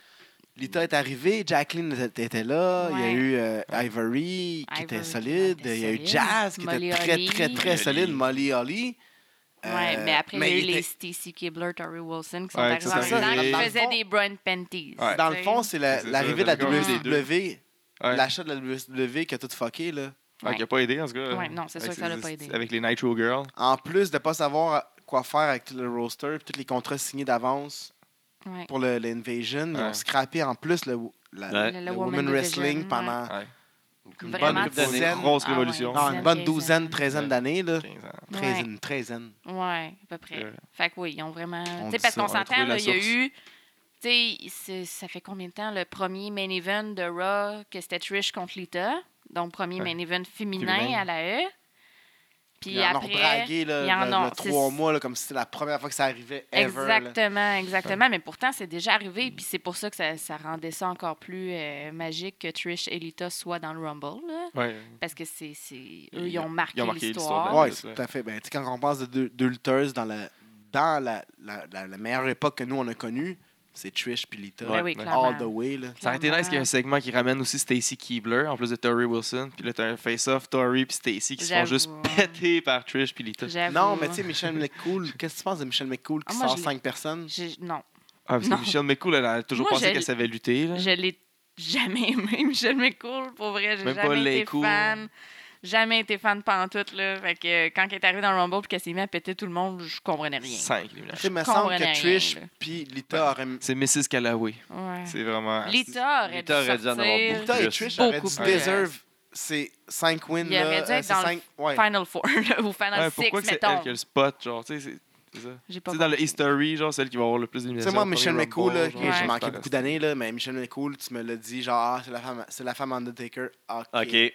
[SPEAKER 2] Lita est arrivée, Jacqueline était était là, il y a
[SPEAKER 4] Ouais.
[SPEAKER 2] eu euh, Ivory qui était
[SPEAKER 4] Ivory,
[SPEAKER 2] solide,
[SPEAKER 4] qui était
[SPEAKER 2] il y a eu
[SPEAKER 4] solide.
[SPEAKER 2] Jazz qui
[SPEAKER 4] Molly
[SPEAKER 2] était très,
[SPEAKER 4] Holly.
[SPEAKER 2] très, très
[SPEAKER 3] Molly
[SPEAKER 2] solide,
[SPEAKER 3] Holly.
[SPEAKER 2] Molly Holly.
[SPEAKER 4] ouais,
[SPEAKER 2] Euh,
[SPEAKER 4] mais après, il y a eu
[SPEAKER 2] était-
[SPEAKER 4] les Stacy Kibler, Tori Wilson qui sont
[SPEAKER 3] Ouais,
[SPEAKER 4] arrivés
[SPEAKER 3] ça,
[SPEAKER 4] en
[SPEAKER 2] c'est
[SPEAKER 4] même temps,
[SPEAKER 2] arrivé.
[SPEAKER 4] qui
[SPEAKER 2] Dans le
[SPEAKER 4] faisaient
[SPEAKER 2] fond-
[SPEAKER 4] des brown panties.
[SPEAKER 3] Ouais.
[SPEAKER 2] Dans
[SPEAKER 4] tu
[SPEAKER 2] le
[SPEAKER 4] sais.
[SPEAKER 2] fond, c'est la-
[SPEAKER 3] C'est ça,
[SPEAKER 2] l'arrivée de la
[SPEAKER 3] d'accord,
[SPEAKER 4] des
[SPEAKER 2] WWE,
[SPEAKER 3] Ouais.
[SPEAKER 2] l'achat de la WWE qui a tout fucké. Là.
[SPEAKER 3] Ouais, qui a pas aidé, en tout cas.
[SPEAKER 4] Ouais, non, c'est sûr
[SPEAKER 3] Avec
[SPEAKER 4] que ça l'a
[SPEAKER 3] ses-
[SPEAKER 4] pas aidé.
[SPEAKER 3] Avec les Nitro Girls.
[SPEAKER 2] En plus de ne pas savoir quoi faire avec tout le roster, puis tous les contrats signés d'avance
[SPEAKER 4] Ouais.
[SPEAKER 2] pour le- l'Invasion, ils ont
[SPEAKER 3] Ouais.
[SPEAKER 2] scrappé en plus le, la,
[SPEAKER 1] Ouais.
[SPEAKER 4] Le- le
[SPEAKER 2] le
[SPEAKER 4] Women
[SPEAKER 2] Women
[SPEAKER 4] Division,
[SPEAKER 2] Wrestling
[SPEAKER 4] ouais.
[SPEAKER 2] pendant
[SPEAKER 3] Ouais.
[SPEAKER 1] Une
[SPEAKER 4] Vraiment
[SPEAKER 1] bonne couple
[SPEAKER 2] dizaine.
[SPEAKER 1] d'années.
[SPEAKER 3] Grosse
[SPEAKER 4] Ah ouais.
[SPEAKER 3] révolution.
[SPEAKER 2] Non, une bonne
[SPEAKER 4] Quinzaine.
[SPEAKER 2] douzaine, treizaine
[SPEAKER 3] Ouais.
[SPEAKER 2] d'années, là.
[SPEAKER 3] 15 ans.
[SPEAKER 4] Ouais.
[SPEAKER 2] Treizaine, treizaine.
[SPEAKER 4] Ouais, à peu [laughs] près.
[SPEAKER 3] Euh,
[SPEAKER 4] Fait que oui, ils ont vraiment.
[SPEAKER 2] on
[SPEAKER 4] Tu sais,
[SPEAKER 2] dit
[SPEAKER 4] parce
[SPEAKER 2] ça,
[SPEAKER 4] qu'on
[SPEAKER 3] on a trouvé
[SPEAKER 4] s'entend, là,
[SPEAKER 3] la
[SPEAKER 4] il y a
[SPEAKER 3] source.
[SPEAKER 4] eu. Tu sais, c'est- ça fait combien de temps le premier main event de Raw que c'était Trish contre Lita? Donc, premier
[SPEAKER 3] Ouais.
[SPEAKER 4] main event féminin,
[SPEAKER 3] Féminin.
[SPEAKER 4] à la E. Puis
[SPEAKER 2] Ils en ont
[SPEAKER 4] après.
[SPEAKER 2] bragué, là,
[SPEAKER 4] ils en
[SPEAKER 2] le-
[SPEAKER 4] ont,
[SPEAKER 2] le
[SPEAKER 4] c'est-
[SPEAKER 2] trois mois, là, comme si c'était la première fois que ça arrivait ever. là.
[SPEAKER 4] Exactement, exactement. Mais pourtant, c'est déjà arrivé. Puis c'est pour ça que ça, ça rendait ça encore plus euh, magique que Trish et Lita soient dans le Rumble. là.
[SPEAKER 3] Ouais.
[SPEAKER 4] Parce que c'est, c'est- eux,
[SPEAKER 3] Mm. Ils-
[SPEAKER 4] ils ont marqué,
[SPEAKER 3] ils ont marqué
[SPEAKER 4] l'histoire.
[SPEAKER 3] l'histoire
[SPEAKER 2] Ouais, c'est tout à fait. Ben, tu sais, quand on pense de deux, deux lutteuses dans, la, dans la, la, la- la meilleure époque que nous, on a connue, c'est Trish puis Lita.
[SPEAKER 4] Ben oui,
[SPEAKER 3] Ouais.
[SPEAKER 4] clairement.
[SPEAKER 2] All the way, là.
[SPEAKER 3] Ça aurait été nice qu'il y ait un segment qui ramène aussi Stacy Keebler en plus de Tori Wilson. Puis là, t'as un face-off Tori puis Stacy qui se font
[SPEAKER 4] J'avoue,
[SPEAKER 3] juste
[SPEAKER 4] ouais.
[SPEAKER 3] péter par Trish puis Lita.
[SPEAKER 4] J'avoue.
[SPEAKER 2] Non, mais tu sais, Michel McCool, qu'est-ce que tu penses de Michel McCool
[SPEAKER 4] Ah,
[SPEAKER 2] qui
[SPEAKER 4] moi,
[SPEAKER 2] sort
[SPEAKER 4] je l'ai-
[SPEAKER 2] cinq personnes?
[SPEAKER 4] J'ai- non,
[SPEAKER 3] Ah, parce
[SPEAKER 4] Non.
[SPEAKER 3] que Michelle McCool, elle a toujours
[SPEAKER 4] Moi,
[SPEAKER 3] pensé
[SPEAKER 4] j'ai-
[SPEAKER 3] qu'elle savait lutter. là.
[SPEAKER 4] je l'ai jamais [laughs] aimé, Michel McCool. Pour vrai, j'ai
[SPEAKER 3] Même pas
[SPEAKER 4] jamais
[SPEAKER 3] les
[SPEAKER 4] été
[SPEAKER 3] coups.
[SPEAKER 4] fan. Jamais été fan de pantoute, là. Fait que euh, quand elle est arrivée dans le Rumble puis qu'elle s'est mise à péter tout le monde, je comprenais rien.
[SPEAKER 3] Cinq
[SPEAKER 2] Tu
[SPEAKER 3] éliminations.
[SPEAKER 2] sais, il me
[SPEAKER 4] comprends
[SPEAKER 2] semble
[SPEAKER 4] rien,
[SPEAKER 2] que Trish
[SPEAKER 4] là.
[SPEAKER 2] puis Lita auraient...
[SPEAKER 3] C'est Mrs. Callaway.
[SPEAKER 4] Ouais.
[SPEAKER 3] C'est vraiment.
[SPEAKER 4] Lita aurait
[SPEAKER 1] Lita
[SPEAKER 4] dû
[SPEAKER 1] aurait dû en avoir
[SPEAKER 4] sortir.
[SPEAKER 1] beaucoup.
[SPEAKER 2] Lita et
[SPEAKER 1] Plus.
[SPEAKER 2] Trish auraient
[SPEAKER 4] Beaucoup
[SPEAKER 2] dû
[SPEAKER 4] plus.
[SPEAKER 2] deserve ces cinq wins,
[SPEAKER 4] Il
[SPEAKER 2] là.
[SPEAKER 4] aurait dû
[SPEAKER 2] euh,
[SPEAKER 4] être
[SPEAKER 2] ces
[SPEAKER 4] dans le
[SPEAKER 2] cinq- ouais.
[SPEAKER 4] Final Four [laughs] là, ou Final
[SPEAKER 3] Ouais,
[SPEAKER 4] Six,
[SPEAKER 3] pourquoi que c'est elle
[SPEAKER 4] mettons.
[SPEAKER 3] qui a le spot, genre, tu sais, c'est- c'est ça.
[SPEAKER 4] J'ai pas
[SPEAKER 3] Tu sais, dans le
[SPEAKER 4] compris.
[SPEAKER 3] history, genre, celle qui va avoir le plus d'éliminations.
[SPEAKER 2] Tu sais, moi,
[SPEAKER 3] premier
[SPEAKER 2] Michel
[SPEAKER 3] Rumble,
[SPEAKER 2] McCool, là, que
[SPEAKER 3] genre,
[SPEAKER 4] Ouais.
[SPEAKER 2] j'ai
[SPEAKER 3] c'est
[SPEAKER 2] manqué
[SPEAKER 3] pas
[SPEAKER 2] beaucoup
[SPEAKER 3] resté.
[SPEAKER 2] d'années, là, mais Michel McCool, tu me l'as dit, genre, ah, c'est la femme, c'est la femme Undertaker. OK.
[SPEAKER 1] OK.
[SPEAKER 4] Ouais,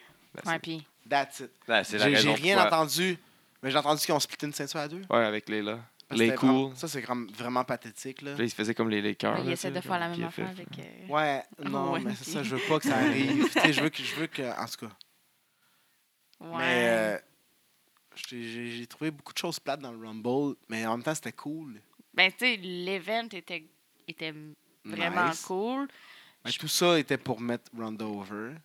[SPEAKER 4] puis
[SPEAKER 2] That's it.
[SPEAKER 1] Ben, c'est la
[SPEAKER 2] J'ai j'ai
[SPEAKER 1] raison
[SPEAKER 2] rien
[SPEAKER 1] pourquoi.
[SPEAKER 2] entendu, mais j'ai entendu qu'ils ont splitté une ceinture à deux.
[SPEAKER 3] Ouais, avec Layla.
[SPEAKER 2] Parce que
[SPEAKER 3] Les
[SPEAKER 2] c'était vraiment-
[SPEAKER 3] cool.
[SPEAKER 2] Ça, c'est comme vraiment pathétique, là.
[SPEAKER 3] Puis là, il se faisait comme les Lakers.
[SPEAKER 4] il
[SPEAKER 3] Ah, là,
[SPEAKER 4] essaie
[SPEAKER 3] tu
[SPEAKER 4] de
[SPEAKER 3] sais,
[SPEAKER 4] faire la
[SPEAKER 3] comme
[SPEAKER 4] même
[SPEAKER 3] qu'il a
[SPEAKER 4] affaire
[SPEAKER 3] fait.
[SPEAKER 4] avec. euh,
[SPEAKER 2] Ouais, non,
[SPEAKER 4] ouais.
[SPEAKER 2] mais c'est ça, je veux pas que ça arrive. tu sais, je veux que, je veux que, en tout cas.
[SPEAKER 4] Ouais.
[SPEAKER 2] Mais euh, j'ai- j'ai j'ai trouvé beaucoup de choses plates dans le Rumble, mais en même temps, c'était cool.
[SPEAKER 4] Ben, tu sais, l'event était, était vraiment
[SPEAKER 2] Nice.
[SPEAKER 4] cool.
[SPEAKER 2] Mais tout ça était pour mettre Ronda over.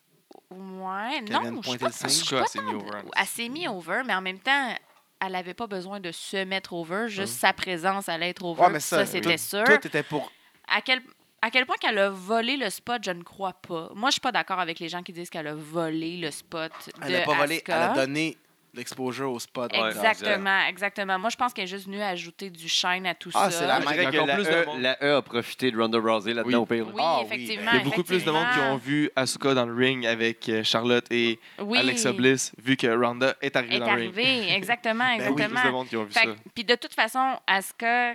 [SPEAKER 4] Ouais,
[SPEAKER 2] Qu'elle vienne
[SPEAKER 4] non, je
[SPEAKER 2] pointer
[SPEAKER 4] suis pas,
[SPEAKER 2] le
[SPEAKER 4] je
[SPEAKER 2] singe.
[SPEAKER 4] suis
[SPEAKER 3] En tout cas,
[SPEAKER 4] pas
[SPEAKER 3] elle s'est mis
[SPEAKER 4] tant-
[SPEAKER 3] over, hein.
[SPEAKER 4] Elle s'est mise over, mais en même temps, elle n'avait pas besoin de se mettre over, juste sa présence allait être over.
[SPEAKER 2] Hum. Ouais, mais
[SPEAKER 4] puis
[SPEAKER 2] ça,
[SPEAKER 4] ça, c'était
[SPEAKER 2] tout-
[SPEAKER 4] sûr.
[SPEAKER 2] Tout était pour.
[SPEAKER 4] À quel, à quel point qu'elle a volé le spot, je ne crois pas. Moi, je suis pas d'accord avec les gens qui disent qu'elle a volé le spot de
[SPEAKER 2] Elle a pas volé, elle
[SPEAKER 4] Asuka.
[SPEAKER 2] a donné l'exposure au spot.
[SPEAKER 1] Ouais,
[SPEAKER 4] Exactement, exactement. Moi, je pense qu'elle est juste venue ajouter du shine à tout
[SPEAKER 2] Ah,
[SPEAKER 4] ça.
[SPEAKER 2] c'est la
[SPEAKER 1] Je dirais
[SPEAKER 3] Avec
[SPEAKER 1] que
[SPEAKER 3] encore
[SPEAKER 1] la,
[SPEAKER 3] plus de
[SPEAKER 1] e,
[SPEAKER 3] monde.
[SPEAKER 1] la E a profité de Ronda Rousey là-dedans
[SPEAKER 3] Oui.
[SPEAKER 1] au pire.
[SPEAKER 4] Oui,
[SPEAKER 2] Ah, oui, ben.
[SPEAKER 4] effectivement.
[SPEAKER 3] Il y a beaucoup plus de monde qui ont vu Asuka dans le ring avec euh, Charlotte et
[SPEAKER 4] Oui.
[SPEAKER 3] Alexa Bliss, vu que Ronda est arrivée
[SPEAKER 4] est
[SPEAKER 3] dans le ring.
[SPEAKER 4] arrivée. Exactement,
[SPEAKER 2] Ben oui,
[SPEAKER 3] Il y a plus de
[SPEAKER 4] exactement.
[SPEAKER 3] monde qui ont vu
[SPEAKER 4] Fait
[SPEAKER 3] ça.
[SPEAKER 4] que- Puis de toute façon, Asuka,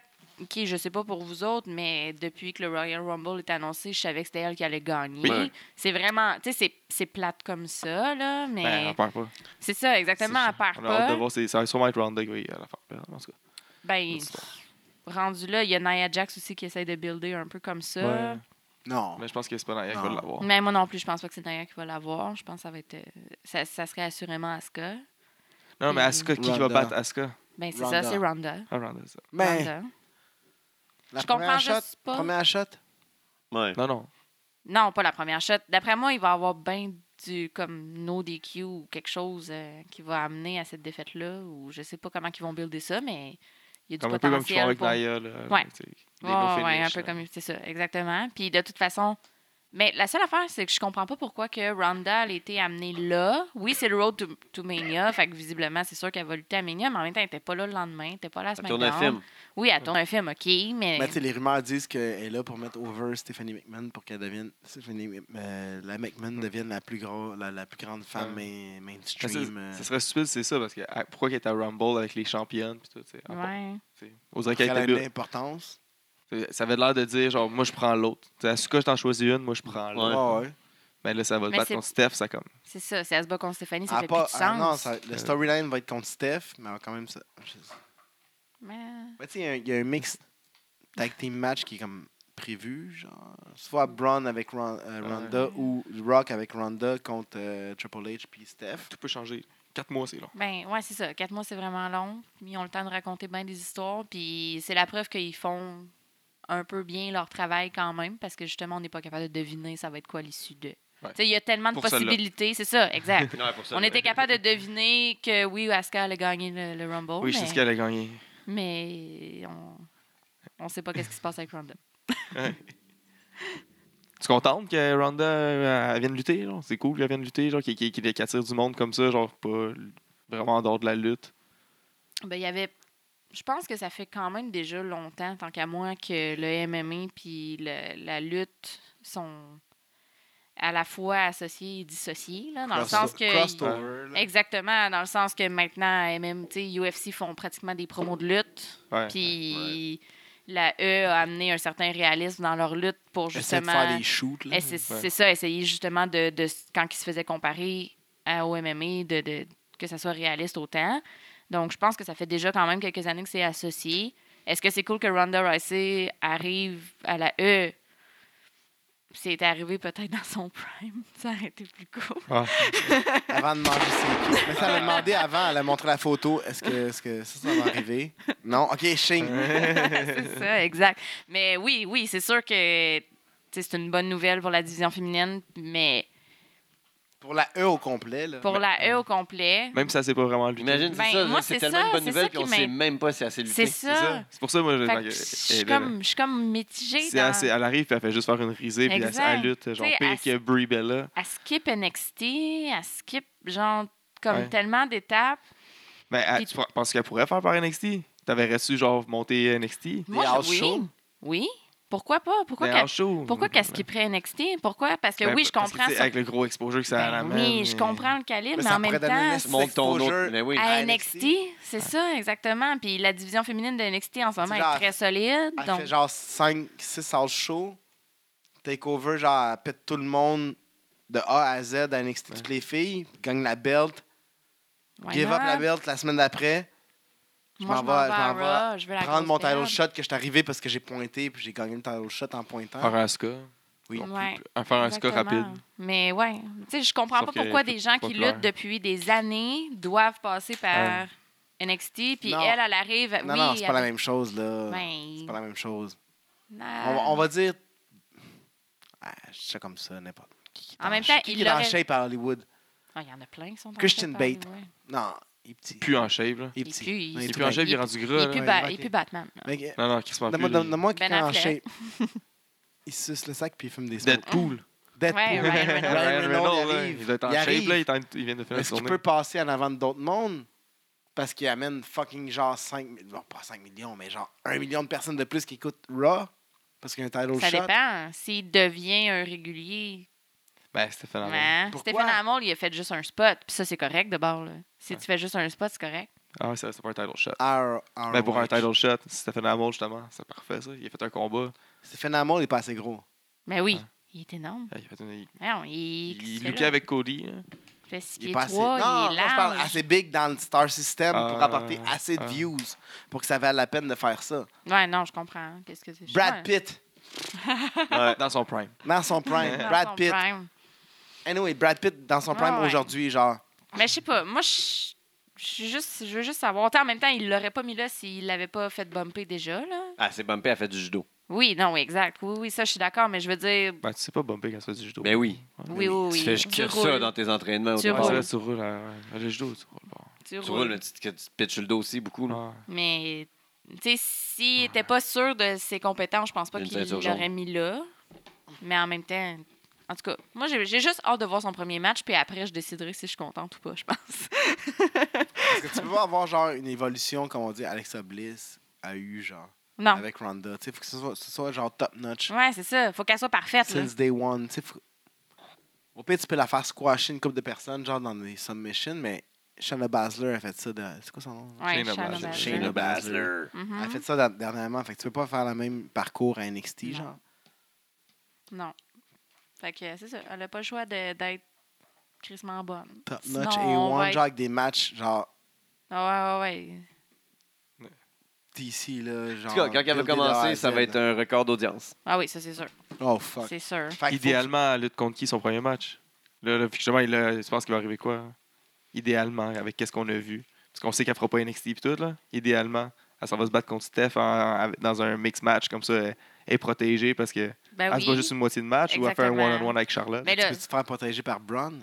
[SPEAKER 4] qui je sais pas pour vous autres, mais depuis que le Royal Rumble est annoncé, je savais que c'était elle qui allait gagner.
[SPEAKER 1] Oui.
[SPEAKER 4] C'est vraiment, tu sais, c'est- c'est plate comme ça, là, mais
[SPEAKER 3] Ben, on perd pas.
[SPEAKER 4] c'est ça, exactement,
[SPEAKER 3] C'est
[SPEAKER 4] elle
[SPEAKER 3] ça.
[SPEAKER 4] perd
[SPEAKER 3] On a hâte de
[SPEAKER 4] pas.
[SPEAKER 3] voir, c'est- ça va sûrement être Ronda qui va y aller à la fin. En tout cas,
[SPEAKER 4] Ben,
[SPEAKER 3] c'est bon.
[SPEAKER 4] rendu là, il y a Nia Jax aussi qui essaie de builder un peu comme ça.
[SPEAKER 3] Ouais.
[SPEAKER 2] Non.
[SPEAKER 3] Mais je pense que c'est pas Naya qui va
[SPEAKER 2] Non.
[SPEAKER 3] l'avoir.
[SPEAKER 4] Mais moi non plus, je pense pas que c'est Nia qui va l'avoir. Je pense que ça va être. euh, Ça, ça serait assurément Asuka.
[SPEAKER 3] Non, mais
[SPEAKER 4] Et-
[SPEAKER 3] Asuka, qui qui
[SPEAKER 2] Ronda.
[SPEAKER 3] va battre Asuka
[SPEAKER 4] Ben, c'est
[SPEAKER 2] Ronda. Ben,
[SPEAKER 4] ça, c'est Ronda.
[SPEAKER 3] Ah, Ronda, ça.
[SPEAKER 2] Mais
[SPEAKER 4] Ronda.
[SPEAKER 2] la
[SPEAKER 4] Je comprends
[SPEAKER 2] première shot,
[SPEAKER 4] juste pas.
[SPEAKER 2] première shot,
[SPEAKER 1] Ouais.
[SPEAKER 3] Non, non.
[SPEAKER 4] Non, pas la première shot. D'après moi, il va y avoir bien du comme no DQ ou quelque chose euh, qui va amener à cette défaite-là. Ou je sais pas comment ils vont builder ça, mais il y a du
[SPEAKER 3] Comme un peu comme qu'ils font
[SPEAKER 4] potentiel.
[SPEAKER 3] avec euh, Naya.
[SPEAKER 4] pour...
[SPEAKER 3] Là,
[SPEAKER 4] Ouais.
[SPEAKER 3] tu sais, des
[SPEAKER 4] Ouais,
[SPEAKER 3] no
[SPEAKER 4] ouais, un
[SPEAKER 3] finish,
[SPEAKER 4] peu
[SPEAKER 3] là.
[SPEAKER 4] comme c'est ça, exactement. Puis de toute façon, Mais la seule affaire, c'est que je comprends pas pourquoi que Ronda a été amenée là. Oui, c'est le Road to, to Mania, fait que visiblement, c'est sûr qu'elle va lutter à Mania, mais en même temps, elle était pas là le lendemain, elle était pas là ce
[SPEAKER 1] Elle
[SPEAKER 4] matin.
[SPEAKER 1] tourne un film.
[SPEAKER 4] Oui, elle tourne un film, OK, mais...
[SPEAKER 2] Mais tu sais, les rumeurs disent qu'elle est là pour mettre over Stephanie McMahon pour qu'elle devienne. Stephanie, euh, la McMahon devienne la plus, gros, la, la plus grande femme main-
[SPEAKER 3] Mais Mm. ça,
[SPEAKER 2] mainstream. euh,
[SPEAKER 3] ça serait stupide, c'est ça, parce que ah, pourquoi qu'elle est à Rumble avec les championnes puis tout, tu sais, en part,
[SPEAKER 4] ouais.
[SPEAKER 3] tu sais. On dirait
[SPEAKER 2] qu'elle
[SPEAKER 3] qu'elle
[SPEAKER 2] a
[SPEAKER 3] était
[SPEAKER 2] de
[SPEAKER 3] là.
[SPEAKER 2] l'importance.
[SPEAKER 3] Tu sais, Ça avait l'air de dire, genre, moi je prends l'autre. Tu sais, Asuka, je t'en choisis une, moi je prends l'autre.
[SPEAKER 1] Ouais.
[SPEAKER 2] Ah ouais.
[SPEAKER 3] Mais là, ça va
[SPEAKER 4] Mais
[SPEAKER 3] battre
[SPEAKER 4] c'est-
[SPEAKER 3] contre Steph, ça comme.
[SPEAKER 4] C'est ça, c'est à se battre contre Stéphanie, ça
[SPEAKER 2] Ah,
[SPEAKER 4] fait
[SPEAKER 2] pas-
[SPEAKER 4] plus de
[SPEAKER 2] ah,
[SPEAKER 4] sens.
[SPEAKER 2] non, ça-
[SPEAKER 3] Euh.
[SPEAKER 2] le storyline va être contre Steph, mais elle va quand même. ça- je sais-
[SPEAKER 4] Mais-
[SPEAKER 2] Ben, tu sais, il y a un- il y, a un mix tag team match qui est comme prévu, genre soit Braun avec Ron- euh, Ronda ou Rock avec Ronda contre euh, Triple H puis Steph.
[SPEAKER 3] Tout peut changer. Quatre mois, c'est long.
[SPEAKER 4] Ben, ouais, c'est ça. Quatre mois, c'est vraiment long. Ils ont le temps de raconter bien des histoires. Puis c'est la preuve qu'ils font un peu bien leur travail quand même, parce que justement, on n'est pas capable de deviner ça va être quoi l'issue de.
[SPEAKER 3] Ouais.
[SPEAKER 4] Tu sais, Il y a tellement de
[SPEAKER 3] Pour celle-là.
[SPEAKER 4] possibilités. C'est
[SPEAKER 3] [laughs]
[SPEAKER 4] ça, exact.
[SPEAKER 1] Non, pour ça,
[SPEAKER 4] on était capable de deviner que oui, Asuka allait gagner le, le Rumble.
[SPEAKER 3] Oui, je sais
[SPEAKER 4] Oh, mais,
[SPEAKER 3] ce qu'elle a gagné.
[SPEAKER 4] mais on ne sait pas quest ce qui se passe avec Ronda.
[SPEAKER 3] Tu es contente que Ronda euh, elle vienne lutter? genre? C'est cool qu'elle vienne lutter, genre, qu'elle qu'elle- qu'elle attire du monde comme ça, genre, pas vraiment en dehors de la lutte.
[SPEAKER 4] Ben, il y avait. Je pense que ça fait quand même déjà longtemps, tant qu'à moi, que le MMA puis le- la lutte sont à la fois associés et dissociés, là, dans le
[SPEAKER 2] Cross-
[SPEAKER 4] sens que.
[SPEAKER 2] crossover, là.
[SPEAKER 4] Exactement, dans le sens que maintenant, à MM, tu sais, UFC font pratiquement des promos de lutte,
[SPEAKER 3] Ouais.
[SPEAKER 4] puis la E a amené un certain réalisme dans leur lutte pour
[SPEAKER 2] Essayer de
[SPEAKER 4] justement.
[SPEAKER 2] faire des shoots. Là.
[SPEAKER 4] Eh, C'est c'est ça, essayer justement de, de- quand ils se faisaient comparer à OMME, de, de- que ça soit réaliste autant. Donc, je pense que ça fait déjà quand même quelques années que c'est associé. Est-ce que c'est cool que Ronda Rousey arrive à la E? C'est arrivé peut-être dans son prime. [laughs] Ça aurait été plus cool. [laughs]
[SPEAKER 3] Ah,
[SPEAKER 2] Avant de manger ses pieds. Mais ça m'a demandé avant, elle a montré la photo, est-ce que, est que ça, ça va arriver? Non? Ok, Shing.
[SPEAKER 4] c'est ça, exact. Mais oui, oui, c'est sûr que tu sais, c'est une bonne nouvelle pour la division féminine, mais
[SPEAKER 2] Pour la E au complet, là.
[SPEAKER 4] pour la E au complet,
[SPEAKER 3] même si ça s'est pas vraiment lutté.
[SPEAKER 1] Imagine, c'est
[SPEAKER 4] Ben,
[SPEAKER 1] ça,
[SPEAKER 4] moi,
[SPEAKER 1] c'est
[SPEAKER 4] c'est
[SPEAKER 1] tellement
[SPEAKER 4] ça,
[SPEAKER 1] une bonne
[SPEAKER 4] c'est ça
[SPEAKER 1] nouvelle, puis
[SPEAKER 4] qui
[SPEAKER 1] on sait
[SPEAKER 4] m'in-
[SPEAKER 1] même pas si elle s'est
[SPEAKER 4] c'est
[SPEAKER 1] lutter.
[SPEAKER 3] C'est ça.
[SPEAKER 4] ça.
[SPEAKER 3] C'est pour ça, moi, je.
[SPEAKER 4] Fait que je suis comme, je suis comme mitigée.
[SPEAKER 3] Si
[SPEAKER 4] dans-
[SPEAKER 3] elle, s'est- elle arrive puis elle fait juste faire une risée puis elle,
[SPEAKER 4] Exact.
[SPEAKER 3] elle lutte, genre
[SPEAKER 4] Tu sais,
[SPEAKER 3] pire
[SPEAKER 4] elle
[SPEAKER 3] que Brie Bella.
[SPEAKER 4] elle skip NXT, elle skip genre comme
[SPEAKER 3] Ouais.
[SPEAKER 4] tellement d'étapes.
[SPEAKER 3] Mais Ben, elle-
[SPEAKER 4] Puis-
[SPEAKER 3] tu penses qu'elle pourrait faire par NXT? T'avais reçu genre monter NXT?
[SPEAKER 4] Moi,
[SPEAKER 2] house
[SPEAKER 4] je- oui.
[SPEAKER 2] shows?
[SPEAKER 4] Oui. Pourquoi pas? Pourquoi
[SPEAKER 3] Mais en
[SPEAKER 4] qu'elle
[SPEAKER 3] show,
[SPEAKER 4] pourquoi
[SPEAKER 3] ben,
[SPEAKER 4] qu'elle skipperait NXT? Pourquoi? Parce que
[SPEAKER 3] ben,
[SPEAKER 4] oui, je
[SPEAKER 3] parce que,
[SPEAKER 4] comprends
[SPEAKER 3] tu sais,
[SPEAKER 4] ça.
[SPEAKER 3] Avec le gros exposure que ça
[SPEAKER 4] Ben
[SPEAKER 3] ramène.
[SPEAKER 4] oui, je
[SPEAKER 3] et-
[SPEAKER 4] comprends le calibre,
[SPEAKER 2] Mais
[SPEAKER 4] mais,
[SPEAKER 2] Ben, ça
[SPEAKER 4] en même
[SPEAKER 2] pourrait donner une
[SPEAKER 4] temps,
[SPEAKER 2] espèce
[SPEAKER 1] Monte ton
[SPEAKER 2] Exposure.
[SPEAKER 1] autre. Mais oui.
[SPEAKER 4] à
[SPEAKER 2] à
[SPEAKER 4] NXT, c'est ça, exactement. Puis la division féminine de NXT en ce moment
[SPEAKER 2] genre,
[SPEAKER 4] est très solide.
[SPEAKER 2] Elle
[SPEAKER 4] donc,
[SPEAKER 2] fait genre 5, 6 house shows. Takeover, genre, elle pète tout le monde de A à Z à NXT, toutes les filles. Gagne la belt.
[SPEAKER 4] why
[SPEAKER 2] give up
[SPEAKER 4] not?
[SPEAKER 2] la belt la semaine d'après. Je
[SPEAKER 4] Moi,
[SPEAKER 2] m'en
[SPEAKER 4] je
[SPEAKER 2] vais,
[SPEAKER 4] m'en vais
[SPEAKER 2] je m'en
[SPEAKER 4] à
[SPEAKER 2] vais
[SPEAKER 4] Raw, je veux la
[SPEAKER 2] prendre
[SPEAKER 4] grosse
[SPEAKER 2] mon
[SPEAKER 4] période.
[SPEAKER 2] title shot que je suis arrivé parce que j'ai pointé puis j'ai gagné le title shot en pointant.
[SPEAKER 3] Faire un score.
[SPEAKER 2] Oui.
[SPEAKER 3] Non plus.
[SPEAKER 4] Ouais.
[SPEAKER 3] Faire un score
[SPEAKER 4] Exactement.
[SPEAKER 3] rapide.
[SPEAKER 4] Mais ouais, tu sais, je comprends
[SPEAKER 3] Sauf
[SPEAKER 4] pas
[SPEAKER 3] que
[SPEAKER 4] pourquoi
[SPEAKER 3] tout
[SPEAKER 4] des gens
[SPEAKER 3] pas
[SPEAKER 4] qui
[SPEAKER 3] clair.
[SPEAKER 4] luttent depuis des années doivent passer par NXT, puis
[SPEAKER 2] Non.
[SPEAKER 4] elle, elle arrive.
[SPEAKER 2] Non,
[SPEAKER 4] oui,
[SPEAKER 2] non, c'est pas la
[SPEAKER 4] avec-
[SPEAKER 2] même chose, là.
[SPEAKER 4] Ben, Euh.
[SPEAKER 2] C'est pas la même chose.
[SPEAKER 4] non.
[SPEAKER 2] On, va, on va dire. Ah, je sais comme ça, n'importe qui.
[SPEAKER 4] En même temps,
[SPEAKER 2] qui
[SPEAKER 4] il
[SPEAKER 2] est en
[SPEAKER 4] l'aurait-
[SPEAKER 2] shape à Hollywood.
[SPEAKER 4] Ah, Il y en a plein qui sont en
[SPEAKER 2] Christian
[SPEAKER 4] train de
[SPEAKER 2] Bate.
[SPEAKER 4] parler, ouais.
[SPEAKER 2] Non, il est petit.
[SPEAKER 3] Plus en shape, là.
[SPEAKER 2] Il est
[SPEAKER 4] Il
[SPEAKER 2] petit.
[SPEAKER 4] pue, il-
[SPEAKER 2] Non,
[SPEAKER 3] Il est
[SPEAKER 2] tout
[SPEAKER 3] plus en
[SPEAKER 2] petit.
[SPEAKER 3] shape, il est
[SPEAKER 4] Il-
[SPEAKER 3] rendu
[SPEAKER 4] Il
[SPEAKER 3] gras.
[SPEAKER 4] est
[SPEAKER 3] là.
[SPEAKER 4] plus,
[SPEAKER 2] ouais,
[SPEAKER 4] Ba-
[SPEAKER 2] ouais,
[SPEAKER 4] il est
[SPEAKER 2] ok.
[SPEAKER 4] plus Batman. là.
[SPEAKER 2] Mec, euh,
[SPEAKER 3] Non, non, qui se
[SPEAKER 2] Donne-moi donne-moi quelqu'un
[SPEAKER 4] Ben
[SPEAKER 2] en
[SPEAKER 4] Affleck.
[SPEAKER 2] shape. Il suce le sac puis il fume des smokes.
[SPEAKER 3] Deadpool.
[SPEAKER 2] Deadpool.
[SPEAKER 4] Hein? Ouais, Ryan Reynolds.
[SPEAKER 2] Ryan Reynolds, il
[SPEAKER 3] là,
[SPEAKER 2] arrive.
[SPEAKER 3] Il doit être en
[SPEAKER 2] Il
[SPEAKER 3] shape,
[SPEAKER 2] arrive.
[SPEAKER 3] là. Il est en- Il vient de faire la
[SPEAKER 2] Est-ce qu'il
[SPEAKER 3] tournée.
[SPEAKER 2] peut passer en avant d'autres mondes? Parce qu'il amène fucking genre 5 millions, pas 5 millions, mais genre 1 million de personnes de plus qui écoutent Raw. Parce qu'il y a un title
[SPEAKER 4] Ça
[SPEAKER 2] shot.
[SPEAKER 4] dépend. S'il devient un régulier,
[SPEAKER 3] Ben, Stéphane Hamel.
[SPEAKER 4] hein,
[SPEAKER 2] Ah Pourquoi?
[SPEAKER 4] Stephen Amell, il a fait juste un spot. Puis ça, c'est correct de bord. Là. Si tu fais juste un spot, c'est correct.
[SPEAKER 3] Ah, ouais, ça, c'est pas un title shot.
[SPEAKER 2] R- R-
[SPEAKER 3] Ben, pour un
[SPEAKER 2] H.
[SPEAKER 3] title shot, Stéphane Hamel, justement, c'est parfait, ça. Il a fait un combat.
[SPEAKER 2] Stephen Amell il est pas assez gros.
[SPEAKER 4] Mais oui,
[SPEAKER 3] Ouais.
[SPEAKER 4] il est énorme.
[SPEAKER 3] Euh, Il a fait une...
[SPEAKER 4] Non, il
[SPEAKER 3] Il
[SPEAKER 4] qu'est-ce que
[SPEAKER 3] luttait
[SPEAKER 4] là?
[SPEAKER 3] avec Cody. hein.
[SPEAKER 4] Il fait six
[SPEAKER 2] Il
[SPEAKER 4] pieds
[SPEAKER 2] est pas assez.
[SPEAKER 4] trois,
[SPEAKER 2] non,
[SPEAKER 4] il est
[SPEAKER 2] moi, je parle
[SPEAKER 4] large.
[SPEAKER 2] assez big dans le star system pour
[SPEAKER 3] Ah,
[SPEAKER 2] apporter assez de
[SPEAKER 3] ah.
[SPEAKER 2] views pour que ça vaille la peine de faire ça.
[SPEAKER 4] Ouais, non, je comprends. hein, Qu'est-ce que c'est?
[SPEAKER 2] Brad Pitt,
[SPEAKER 3] [laughs] Dans son prime.
[SPEAKER 2] dans son prime.
[SPEAKER 3] Dans
[SPEAKER 2] Brad Pitt.
[SPEAKER 4] Prime.
[SPEAKER 2] Anyway, Brad Pitt dans son
[SPEAKER 4] Ah,
[SPEAKER 2] prime
[SPEAKER 4] ouais.
[SPEAKER 2] aujourd'hui,
[SPEAKER 4] [laughs]
[SPEAKER 2] genre.
[SPEAKER 4] Mais je sais pas. Moi, je je suis juste, je veux juste savoir. Tu sais, En même temps, il l'aurait pas mis là s'il l'avait pas fait bumper déjà, là.
[SPEAKER 1] Ah, c'est bumpé, elle fait du judo.
[SPEAKER 4] Oui, non, oui, exact. Oui, oui, ça, je suis d'accord, mais je veux dire.
[SPEAKER 3] Ben, tu sais pas bomber quand tu fais du judo.
[SPEAKER 1] Ben oui.
[SPEAKER 4] Oui, oui, oui.
[SPEAKER 1] Tu fais juste
[SPEAKER 4] Tu
[SPEAKER 1] que
[SPEAKER 4] roules.
[SPEAKER 1] ça dans tes entraînements.
[SPEAKER 4] Tu
[SPEAKER 1] au
[SPEAKER 3] Ah,
[SPEAKER 1] départ.
[SPEAKER 3] c'est
[SPEAKER 4] roules.
[SPEAKER 3] là, tu roules. euh, euh, Le judo, tu roules. bon.
[SPEAKER 4] Tu
[SPEAKER 1] Tu
[SPEAKER 4] roules.
[SPEAKER 1] roules, mais tu, que tu pitches sur le dos aussi beaucoup. Là.
[SPEAKER 3] Ah.
[SPEAKER 4] Mais, tu sais, s'il était pas sûr de ses compétences, je pense pas
[SPEAKER 1] Une
[SPEAKER 4] qu'il
[SPEAKER 1] ceinture
[SPEAKER 4] l'aurait mis là. Mais en même temps, En tout cas, moi, j'ai j'ai juste hâte de voir son premier match, puis après, je déciderai si je suis contente ou pas, je pense.
[SPEAKER 2] Est-ce que tu peux pas avoir genre une évolution, comme on dit, Alexa Bliss a eu, genre,
[SPEAKER 4] [laughs] non.
[SPEAKER 2] avec Ronda? Tu sais, faut que ce soit, ce soit, genre top notch.
[SPEAKER 4] Ouais, c'est ça. Faut qu'elle soit parfaite. là.
[SPEAKER 2] Since day one. Tu sais, faut- Au pire, tu peux la faire squasher une couple de personnes, genre dans des submissions, mais Shayna Baszler a fait ça de. C'est quoi son nom?
[SPEAKER 4] Ouais,
[SPEAKER 3] Shayna
[SPEAKER 4] Shayna
[SPEAKER 3] Baszler.
[SPEAKER 4] Baszler.
[SPEAKER 2] Shayna Baszler.
[SPEAKER 4] Mhm.
[SPEAKER 2] Elle a fait ça da- dernièrement. Fait que tu peux pas faire le même parcours à NXT,
[SPEAKER 4] Non.
[SPEAKER 2] genre.
[SPEAKER 4] Non. Fait que euh, c'est ça. Elle n'a pas le choix de- d'être crissement bonne.
[SPEAKER 2] Top
[SPEAKER 4] Sinon,
[SPEAKER 2] notch et
[SPEAKER 4] on
[SPEAKER 2] one,
[SPEAKER 4] va être-
[SPEAKER 2] genre avec des matchs, genre
[SPEAKER 4] Ah ouais, ouais, ouais.
[SPEAKER 2] DC, là.
[SPEAKER 1] En
[SPEAKER 2] Genre,
[SPEAKER 1] tout cas, quand elle va
[SPEAKER 2] buildé de A à
[SPEAKER 1] commencer, ça
[SPEAKER 2] Z,
[SPEAKER 1] va être
[SPEAKER 2] là.
[SPEAKER 1] un record d'audience.
[SPEAKER 4] Ah oui, ça, c'est sûr.
[SPEAKER 2] Oh fuck.
[SPEAKER 4] C'est sûr.
[SPEAKER 2] Fait que faut-
[SPEAKER 3] Idéalement, elle lutte contre qui son premier match? Là, là, puis justement, là, tu penses qu'il va arriver quoi? Idéalement, avec qu'est-ce qu'on a vu? Parce qu'on sait qu'elle fera pas NXT et tout, là. Idéalement, elle s'en va se battre contre Steph en- avec- dans un mix match, comme ça, elle est protégée parce qu'elle
[SPEAKER 4] Ben
[SPEAKER 3] se bat
[SPEAKER 4] oui.
[SPEAKER 3] juste une moitié de match ou elle fait un
[SPEAKER 4] Exactement. Ben
[SPEAKER 3] one-on-one avec Charlotte.
[SPEAKER 4] Mais
[SPEAKER 2] Tu
[SPEAKER 4] là,
[SPEAKER 2] peux te faire protéger par Braun?